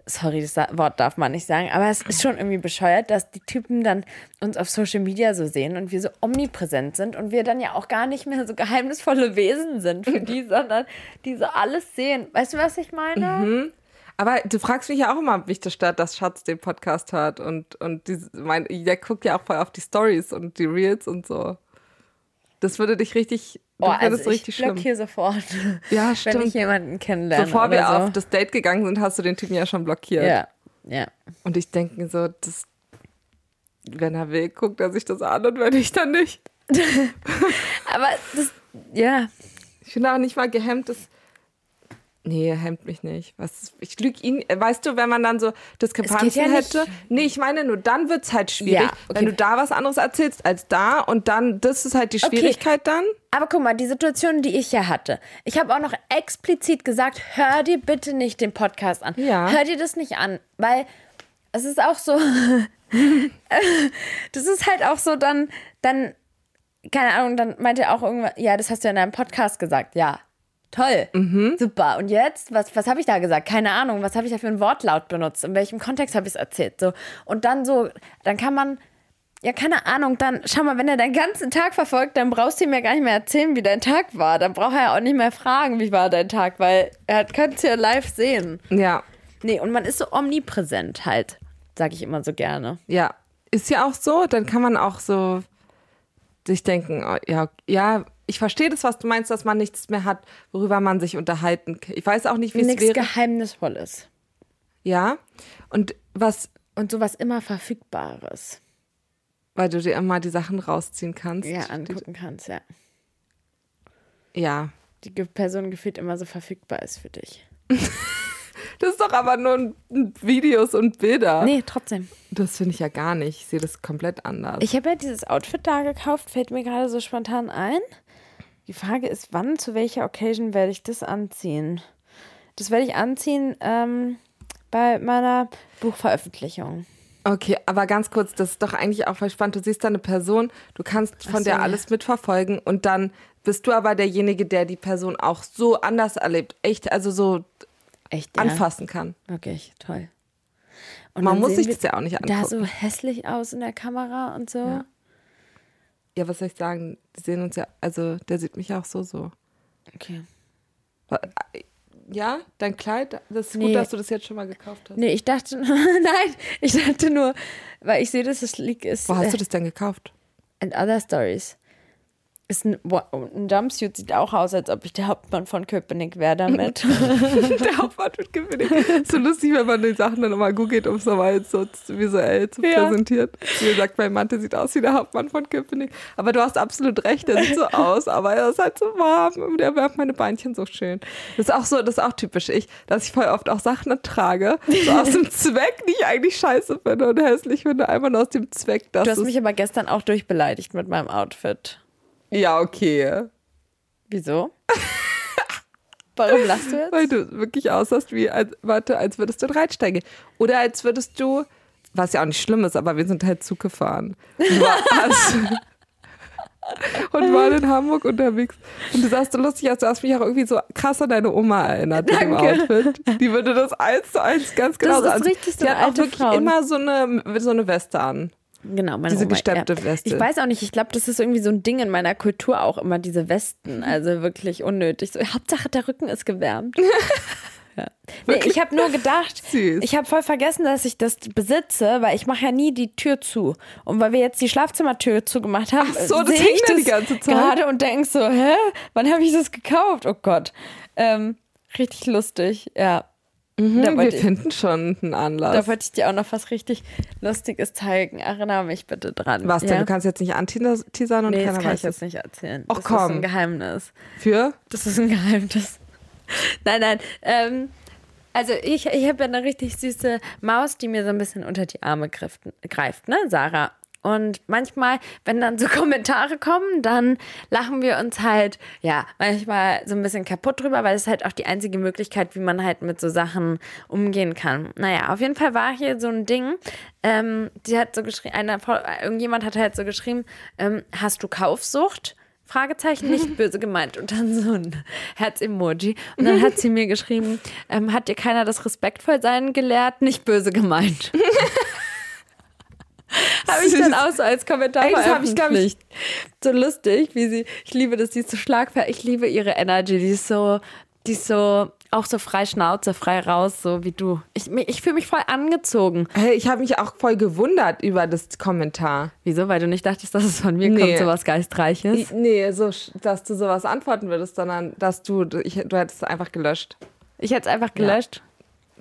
Speaker 1: Sorry, das Wort darf man nicht sagen, aber es ist schon irgendwie bescheuert, dass die Typen dann uns auf Social Media so sehen und wir so omnipräsent sind und wir dann ja auch gar nicht mehr so geheimnisvolle Wesen sind für die, sondern die so alles sehen. Weißt du, was ich meine?
Speaker 2: Aber du fragst mich ja auch immer, ob mich das stört, dass Schatz den Podcast hört und, und die, mein, der guckt ja auch voll auf die Stories und die Reels und so. Das würde dich richtig, du
Speaker 1: Oh,
Speaker 2: findest
Speaker 1: also
Speaker 2: es richtig
Speaker 1: ich
Speaker 2: schlimm.
Speaker 1: blockiere sofort.
Speaker 2: Ja,
Speaker 1: Wenn ich
Speaker 2: stimmt.
Speaker 1: jemanden kennenlerne.
Speaker 2: Bevor
Speaker 1: oder
Speaker 2: wir
Speaker 1: so.
Speaker 2: auf das Date gegangen sind, hast du den Typen ja schon blockiert.
Speaker 1: Ja, ja.
Speaker 2: Und ich denke mir so, das, wenn er will, guckt er sich das an und wenn nicht, dann nicht.
Speaker 1: Aber das, ja.
Speaker 2: Ich bin auch nicht mal gehemmt, das. Nee, hemmt mich nicht. Was, ich lüge ihn. Weißt du, wenn man dann so
Speaker 1: Es geht
Speaker 2: Diskrepanzen
Speaker 1: ja nicht-
Speaker 2: hätte? Nee, ich meine, nur dann wird es halt schwierig,
Speaker 1: Ja, okay.
Speaker 2: wenn du da was anderes erzählst als da und dann, das ist halt die
Speaker 1: Okay.
Speaker 2: Schwierigkeit dann.
Speaker 1: Aber guck mal, die Situation, die ich ja hatte. Ich habe auch noch explizit gesagt, hör dir bitte nicht den Podcast an.
Speaker 2: Ja.
Speaker 1: Hör dir das nicht an, weil es ist auch so, das ist halt auch so dann, dann, keine Ahnung, dann meinte er auch irgendwann, ja, das hast du ja in deinem Podcast gesagt, ja. Toll, super. Und jetzt, was, was habe ich da gesagt? Keine Ahnung, was habe ich da für ein Wortlaut benutzt? In welchem Kontext habe ich es erzählt? So. Und dann so, dann kann man, ja, keine Ahnung, dann schau mal, wenn er deinen ganzen Tag verfolgt, dann brauchst du ihm ja gar nicht mehr erzählen, wie dein Tag war. Dann braucht er ja auch nicht mehr fragen, wie war dein Tag, weil er kann es ja live sehen.
Speaker 2: Ja,
Speaker 1: Nee, und man ist so omnipräsent halt, sage ich immer so gerne.
Speaker 2: ja. Ist ja auch so, dann kann man auch so sich denken, oh, ja, ja, ich verstehe das, was du meinst, dass man nichts mehr hat, worüber man sich unterhalten kann. Ich weiß auch nicht, wie es
Speaker 1: Nichts
Speaker 2: wäre.
Speaker 1: Geheimnisvolles.
Speaker 2: Ja. Und was,
Speaker 1: Und sowas immer Verfügbares.
Speaker 2: weil du dir immer die Sachen rausziehen kannst.
Speaker 1: Ja,
Speaker 2: steht-
Speaker 1: angucken kannst, ja.
Speaker 2: Ja.
Speaker 1: Die Ge- Person gefühlt immer so verfügbar ist für dich.
Speaker 2: Das ist doch aber nur ein, ein Videos und Bilder.
Speaker 1: Nee, trotzdem.
Speaker 2: Das finde ich ja gar nicht. Ich sehe das komplett anders.
Speaker 1: Ich habe ja dieses Outfit da gekauft, fällt mir gerade so spontan ein. Die Frage ist, wann, zu welcher Occasion werde ich das anziehen? Das werde ich anziehen ähm, bei meiner Buchveröffentlichung.
Speaker 2: Okay, aber ganz kurz, das ist doch eigentlich auch voll spannend. Du siehst da eine Person, du kannst von
Speaker 1: so,
Speaker 2: der
Speaker 1: ja.
Speaker 2: alles mitverfolgen und dann bist du aber derjenige, der die Person auch so anders erlebt, echt, also so
Speaker 1: Echt,
Speaker 2: anfassen kann.
Speaker 1: Wirklich, toll. Und
Speaker 2: Man
Speaker 1: dann
Speaker 2: muss
Speaker 1: sehen
Speaker 2: sich
Speaker 1: wir
Speaker 2: das ja auch nicht angucken.
Speaker 1: Da so hässlich aus in der Kamera und so.
Speaker 2: Ja. ja, was soll ich sagen? Die sehen uns ja, also der sieht mich auch so, so. äh,
Speaker 1: Okay.
Speaker 2: Ja, dein Kleid, das ist
Speaker 1: Nee.
Speaker 2: gut, dass du das jetzt schon mal gekauft hast.
Speaker 1: Nee, ich dachte, nein, ich dachte nur, weil ich sehe, dass es liegt ist.
Speaker 2: Wo hast du
Speaker 1: äh,
Speaker 2: das denn gekauft?
Speaker 1: and other stories. Ist ein, wo- ein Jumpsuit sieht auch aus, als ob ich der Hauptmann von Köpenick wäre damit.
Speaker 2: der Aufwand wird gewinnig. Ist so lustig, wenn man die Sachen dann nochmal googelt, um es nochmal jetzt so zu- visuell zu
Speaker 1: Ja.
Speaker 2: präsentieren. Wie gesagt, mein Mante sieht aus wie der Hauptmann von Köpenick. Aber du hast absolut recht, der sieht so aus, aber er ist halt so warm und er wärmt meine Beinchen so schön. Das ist auch so, das ist auch typisch ich, dass ich voll oft auch Sachen trage, so aus dem Zweck, die ich eigentlich scheiße finde und hässlich finde, einfach nur aus dem Zweck, dass
Speaker 1: Du hast
Speaker 2: es,
Speaker 1: mich aber gestern auch durchbeleidigt mit meinem Outfit.
Speaker 2: ja, okay.
Speaker 1: Wieso? Warum lachst du jetzt?
Speaker 2: Weil du wirklich aussahst wie, als, warte, als würdest du in Reitsteigen. Oder als würdest du, was ja auch nicht schlimm ist, aber wir sind halt Zug gefahren. Und war- hast- und waren in Hamburg unterwegs. Und du sahst so lustig aus, du hast mich auch irgendwie so krass an deine Oma erinnert mit dem
Speaker 1: Danke.
Speaker 2: Outfit. Die würde das eins zu eins ganz genau
Speaker 1: ist
Speaker 2: so anziehen.
Speaker 1: richtig so
Speaker 2: Die
Speaker 1: eine
Speaker 2: hat auch
Speaker 1: alte
Speaker 2: wirklich
Speaker 1: Frauen.
Speaker 2: immer so eine, so eine Weste an.
Speaker 1: Genau, meine
Speaker 2: Diese
Speaker 1: Oma,
Speaker 2: gesteppte
Speaker 1: ja.
Speaker 2: Weste.
Speaker 1: Ich weiß auch nicht, ich glaube, das ist irgendwie so ein Ding in meiner Kultur auch immer, diese Westen. Also wirklich unnötig. So, Hauptsache, der Rücken ist gewärmt. ja. nee, ich habe nur gedacht,
Speaker 2: Süß.
Speaker 1: ich habe voll vergessen, dass ich das besitze, weil ich mache ja nie die Tür zu. Und weil wir jetzt die Schlafzimmertür zugemacht haben,
Speaker 2: Ach so, das
Speaker 1: sehe
Speaker 2: hing
Speaker 1: ich
Speaker 2: da
Speaker 1: das
Speaker 2: die ganze Zeit.
Speaker 1: gerade und denk so, hä, wann habe ich das gekauft? Oh Gott. Ähm, richtig lustig, ja. da,
Speaker 2: Wir
Speaker 1: wollte ich,
Speaker 2: finden schon einen Anlass.
Speaker 1: Mhm. da wollte ich dir auch noch was richtig Lustiges zeigen. Erinnere mich bitte dran.
Speaker 2: was denn?
Speaker 1: ja?
Speaker 2: Du kannst jetzt nicht anteasern und
Speaker 1: Nee, das
Speaker 2: keiner
Speaker 1: kann
Speaker 2: weiß
Speaker 1: ich jetzt
Speaker 2: es.
Speaker 1: nicht erzählen.
Speaker 2: Och,
Speaker 1: das ist
Speaker 2: komm.
Speaker 1: ein Geheimnis.
Speaker 2: Für?
Speaker 1: Das ist ein Geheimnis. Nein, nein. Ähm, also ich, ich habe ja eine richtig süße Maus, die mir so ein bisschen unter die Arme greift, greift ne, Sarah? Und manchmal, wenn dann so Kommentare kommen, dann lachen wir uns halt, ja, manchmal so ein bisschen kaputt drüber, weil es halt auch die einzige Möglichkeit, wie man halt mit so Sachen umgehen kann. Naja, auf jeden Fall war hier so ein Ding, ähm, die hat so geschrieben, einer, irgendjemand hat halt so geschrieben, ähm, hast du Kaufsucht? Fragezeichen nicht böse gemeint und dann so ein Herz-Emoji. Und dann hat sie mir geschrieben, ähm, hat dir keiner das respektvoll sein gelehrt? Nicht böse gemeint. habe ich dann auch so als Kommentar
Speaker 2: Ey, das hab ich, glaub ich-
Speaker 1: veröffentlicht. So lustig, wie sie, ich liebe das, die ist so schlagfertig, ich liebe ihre Energy, die ist so, die ist so, auch so frei Schnauze, frei raus, so wie du. Ich, ich fühle mich voll angezogen.
Speaker 2: Hey, ich habe mich auch voll gewundert über das Kommentar.
Speaker 1: Wieso? Weil du nicht dachtest, dass es von mir
Speaker 2: Nee.
Speaker 1: kommt, so was Geistreiches?
Speaker 2: Nee, so, sch- dass du sowas antworten würdest, sondern dass du, ich, du hättest es einfach gelöscht.
Speaker 1: Ich hätte es einfach gelöscht.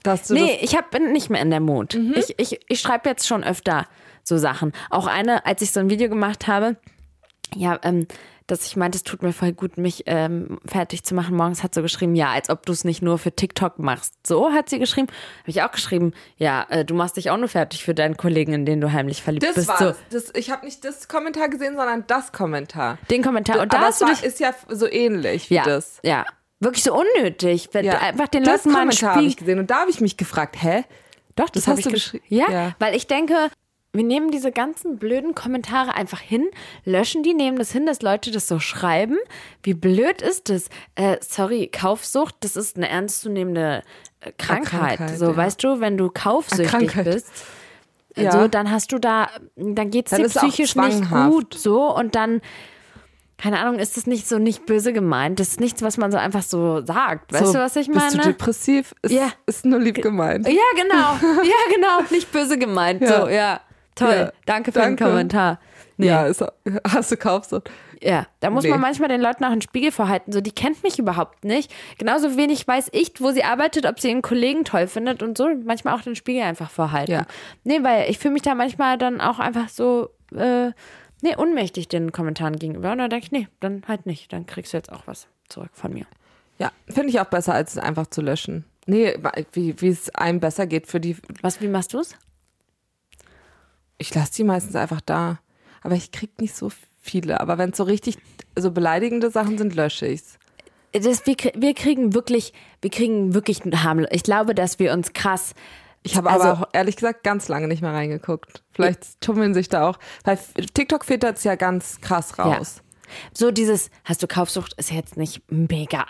Speaker 2: Dass du Mhm.
Speaker 1: nee, ich hab, bin nicht mehr in der Mut. Ich, ich, ich schreibe jetzt schon öfter so Sachen. Auch eine, als ich so ein Video gemacht habe, ja, ähm, dass ich meinte, es tut mir voll gut, mich ähm, fertig zu machen. Morgens hat sie geschrieben, ja, als ob du es nicht nur für TikTok machst. So hat sie geschrieben. Habe ich auch geschrieben, ja, äh, du machst dich auch nur fertig für deinen Kollegen, in den du heimlich verliebt
Speaker 2: das, das
Speaker 1: bist.
Speaker 2: war
Speaker 1: So,
Speaker 2: das. Ich habe nicht das Kommentar gesehen, sondern das Kommentar.
Speaker 1: den Kommentar. Und da
Speaker 2: Aber
Speaker 1: hast
Speaker 2: es
Speaker 1: du
Speaker 2: war,
Speaker 1: dich.
Speaker 2: ist ja f- so ähnlich
Speaker 1: Ja,
Speaker 2: wie das.
Speaker 1: ja. Wirklich so unnötig. Wenn
Speaker 2: Ja.
Speaker 1: du Einfach den
Speaker 2: das
Speaker 1: Leuten mal einen
Speaker 2: Kommentar habe
Speaker 1: Spiegel
Speaker 2: ich gesehen und da habe ich mich gefragt, hä?
Speaker 1: Doch, das,
Speaker 2: Das
Speaker 1: hab
Speaker 2: hast
Speaker 1: ich
Speaker 2: du
Speaker 1: geschrieben.
Speaker 2: geschrieben.
Speaker 1: Ja,
Speaker 2: Ja.
Speaker 1: weil ich denke, wir nehmen diese ganzen blöden Kommentare einfach hin, löschen die, nehmen das hin, dass Leute das so schreiben. Wie blöd ist das? Äh, sorry, Kaufsucht, das ist eine ernstzunehmende äh, Krankheit.
Speaker 2: Krankheit,
Speaker 1: so,
Speaker 2: ja.
Speaker 1: weißt du, wenn du kaufsüchtig
Speaker 2: Krankheit.
Speaker 1: bist, äh,
Speaker 2: Ja.
Speaker 1: so, dann hast du da, dann geht's
Speaker 2: Dann
Speaker 1: dir
Speaker 2: ist es auch
Speaker 1: psychisch nicht
Speaker 2: zwanghaft.
Speaker 1: gut. So, und dann. Keine Ahnung, ist das nicht so nicht böse gemeint? Das ist nichts, was man so einfach so sagt. Weißt
Speaker 2: So,
Speaker 1: du, was ich meine?
Speaker 2: Bist du depressiv? Ist,
Speaker 1: Ja.
Speaker 2: ist nur lieb gemeint.
Speaker 1: Ja, genau. Ja, genau. Nicht böse gemeint.
Speaker 2: Ja.
Speaker 1: So, ja. Toll.
Speaker 2: Ja.
Speaker 1: Danke für den
Speaker 2: Danke.
Speaker 1: Kommentar. Nee.
Speaker 2: Ja, ist, hast du Kaufsucht.
Speaker 1: Ja, da muss
Speaker 2: Nee.
Speaker 1: man manchmal den Leuten auch einen Spiegel vorhalten. So, die kennt mich überhaupt nicht. Genauso wenig weiß ich, wo sie arbeitet, ob sie ihren Kollegen toll findet und so. Manchmal auch den Spiegel einfach vorhalten.
Speaker 2: Ja.
Speaker 1: Nee, weil ich fühle mich da manchmal dann auch einfach so, äh, nee, unmächtig den Kommentaren gegenüber. Und dann denke ich, nee, dann halt nicht. Dann kriegst du jetzt auch was zurück von mir.
Speaker 2: Ja, finde ich auch besser, als es einfach zu löschen. Nee, wie wie es einem besser geht für die.
Speaker 1: Was, wie machst du's?
Speaker 2: Ich lasse die meistens einfach da. Aber ich kriege nicht so viele. Aber wenn es so richtig so beleidigende Sachen sind, lösche ich's.
Speaker 1: Das, wir, krie- wir kriegen wirklich, wir kriegen wirklich harmlos. Ich glaube, dass wir uns krass.
Speaker 2: Ich habe
Speaker 1: Also-
Speaker 2: aber auch, ehrlich gesagt ganz lange nicht mehr reingeguckt. Vielleicht tummeln sich da auch. Weil TikTok filtert es ja ganz krass raus.
Speaker 1: So dieses, hast du Kaufsucht, ist jetzt nicht mega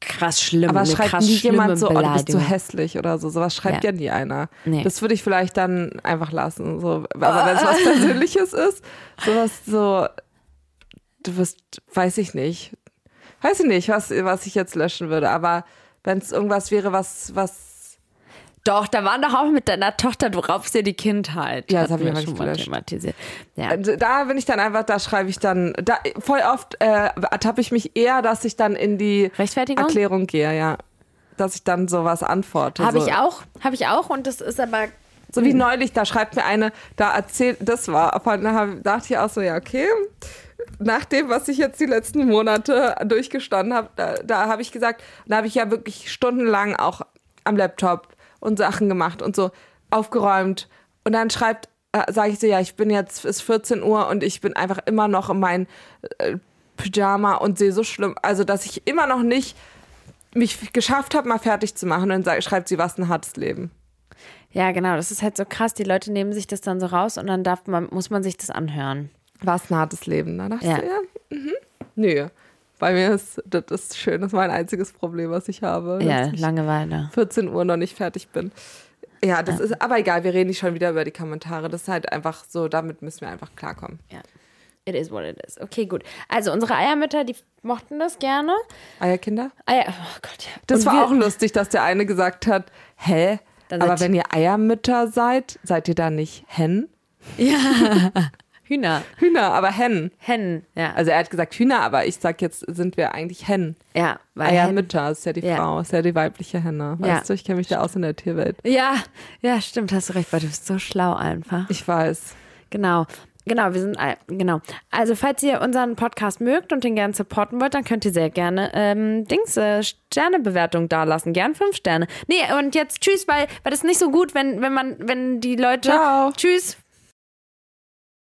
Speaker 1: krass schlimm.
Speaker 2: Aber
Speaker 1: eine
Speaker 2: es schreibt
Speaker 1: krass
Speaker 2: nie
Speaker 1: schlimme
Speaker 2: jemand so, oh, du bist so
Speaker 1: Beleidigung.
Speaker 2: hässlich oder so. Sowas schreibt ja,
Speaker 1: Ja.
Speaker 2: nie einer.
Speaker 1: Nee.
Speaker 2: Das würde ich vielleicht dann einfach lassen. So. Aber wenn es was Persönliches ist, sowas so, du wirst, weiß ich nicht. Weiß ich nicht, was, was ich jetzt löschen würde. Aber wenn es irgendwas wäre, was, was
Speaker 1: Doch, da waren doch auch mit deiner Tochter, du raubst dir die Kindheit.
Speaker 2: Ja, das
Speaker 1: Hatten
Speaker 2: hab ich
Speaker 1: wir
Speaker 2: aber nicht gelöscht.
Speaker 1: thematisiert. Ja.
Speaker 2: Also da bin ich dann einfach, da schreibe ich dann, da, voll oft äh, ertappe ich mich eher, dass ich dann in die
Speaker 1: Rechtfertigung?
Speaker 2: Erklärung gehe, ja. Dass ich dann sowas antworte.
Speaker 1: Habe
Speaker 2: so.
Speaker 1: ich auch, habe ich auch und das ist aber
Speaker 2: So wie neulich, da schreibt mir eine, da erzählt, das war, aber da hab- dachte ich auch so, ja, okay. Nach dem, was ich jetzt die letzten Monate durchgestanden habe, da, da habe ich gesagt, da habe ich ja wirklich stundenlang auch am Laptop und Sachen gemacht und so aufgeräumt. Und dann schreibt, äh, sage ich so, ja, ich bin jetzt, es ist 14 Uhr und ich bin einfach immer noch in meinen äh, Pyjama und sehe so schlimm, also dass ich immer noch nicht mich geschafft habe, mal fertig zu machen. Und dann sagt- schreibt sie, was ein hartes Leben.
Speaker 1: ja, genau, das ist halt so krass, die Leute nehmen sich das dann so raus und dann darf man muss man sich das anhören.
Speaker 2: war es ein hartes Leben. Da dachte
Speaker 1: Ja.
Speaker 2: ich, so, ja, mhm. nö. Bei mir ist das ist schön, das ist mein einziges Problem, was ich habe,
Speaker 1: Ja,
Speaker 2: dass ich
Speaker 1: Langeweile.
Speaker 2: 14 Uhr noch nicht fertig bin. Ja, das ist aber egal, wir reden nicht schon wieder über die Kommentare. Das ist halt einfach so, damit müssen wir einfach klarkommen.
Speaker 1: Ja. It is what it is. Okay, gut. Also unsere Eiermütter, die mochten das gerne.
Speaker 2: Eierkinder?
Speaker 1: Eier, oh Gott. ja.
Speaker 2: Das
Speaker 1: Und
Speaker 2: war
Speaker 1: wir-
Speaker 2: auch lustig, dass der eine gesagt hat, hä?
Speaker 1: Dann
Speaker 2: Aber
Speaker 1: seid-
Speaker 2: wenn ihr Eiermütter seid, seid ihr da nicht Hen?
Speaker 1: Hühner,
Speaker 2: Hühner, aber Hen.
Speaker 1: Hennen, ja.
Speaker 2: Also er hat gesagt Hühner, aber ich sag jetzt sind wir eigentlich Hen.
Speaker 1: ja, weil Hennen-
Speaker 2: Eiermütter ist ja die
Speaker 1: Ja.
Speaker 2: Frau, ist ja die weibliche Henne.
Speaker 1: Ja.
Speaker 2: Weißt du, ich kenne mich da aus in der Tierwelt.
Speaker 1: Ja, ja, stimmt, hast du recht, weil du bist so schlau einfach.
Speaker 2: Ich weiß.
Speaker 1: Genau. Genau, wir sind all- genau. Also falls ihr unseren Podcast mögt und den gerne supporten wollt, dann könnt ihr sehr gerne ähm, Dings äh, Sternebewertung dalassen, gern fünf Sterne. Nee, und jetzt tschüss, weil weil das ist nicht so gut, wenn wenn man wenn die Leute
Speaker 2: Ciao.
Speaker 1: tschüss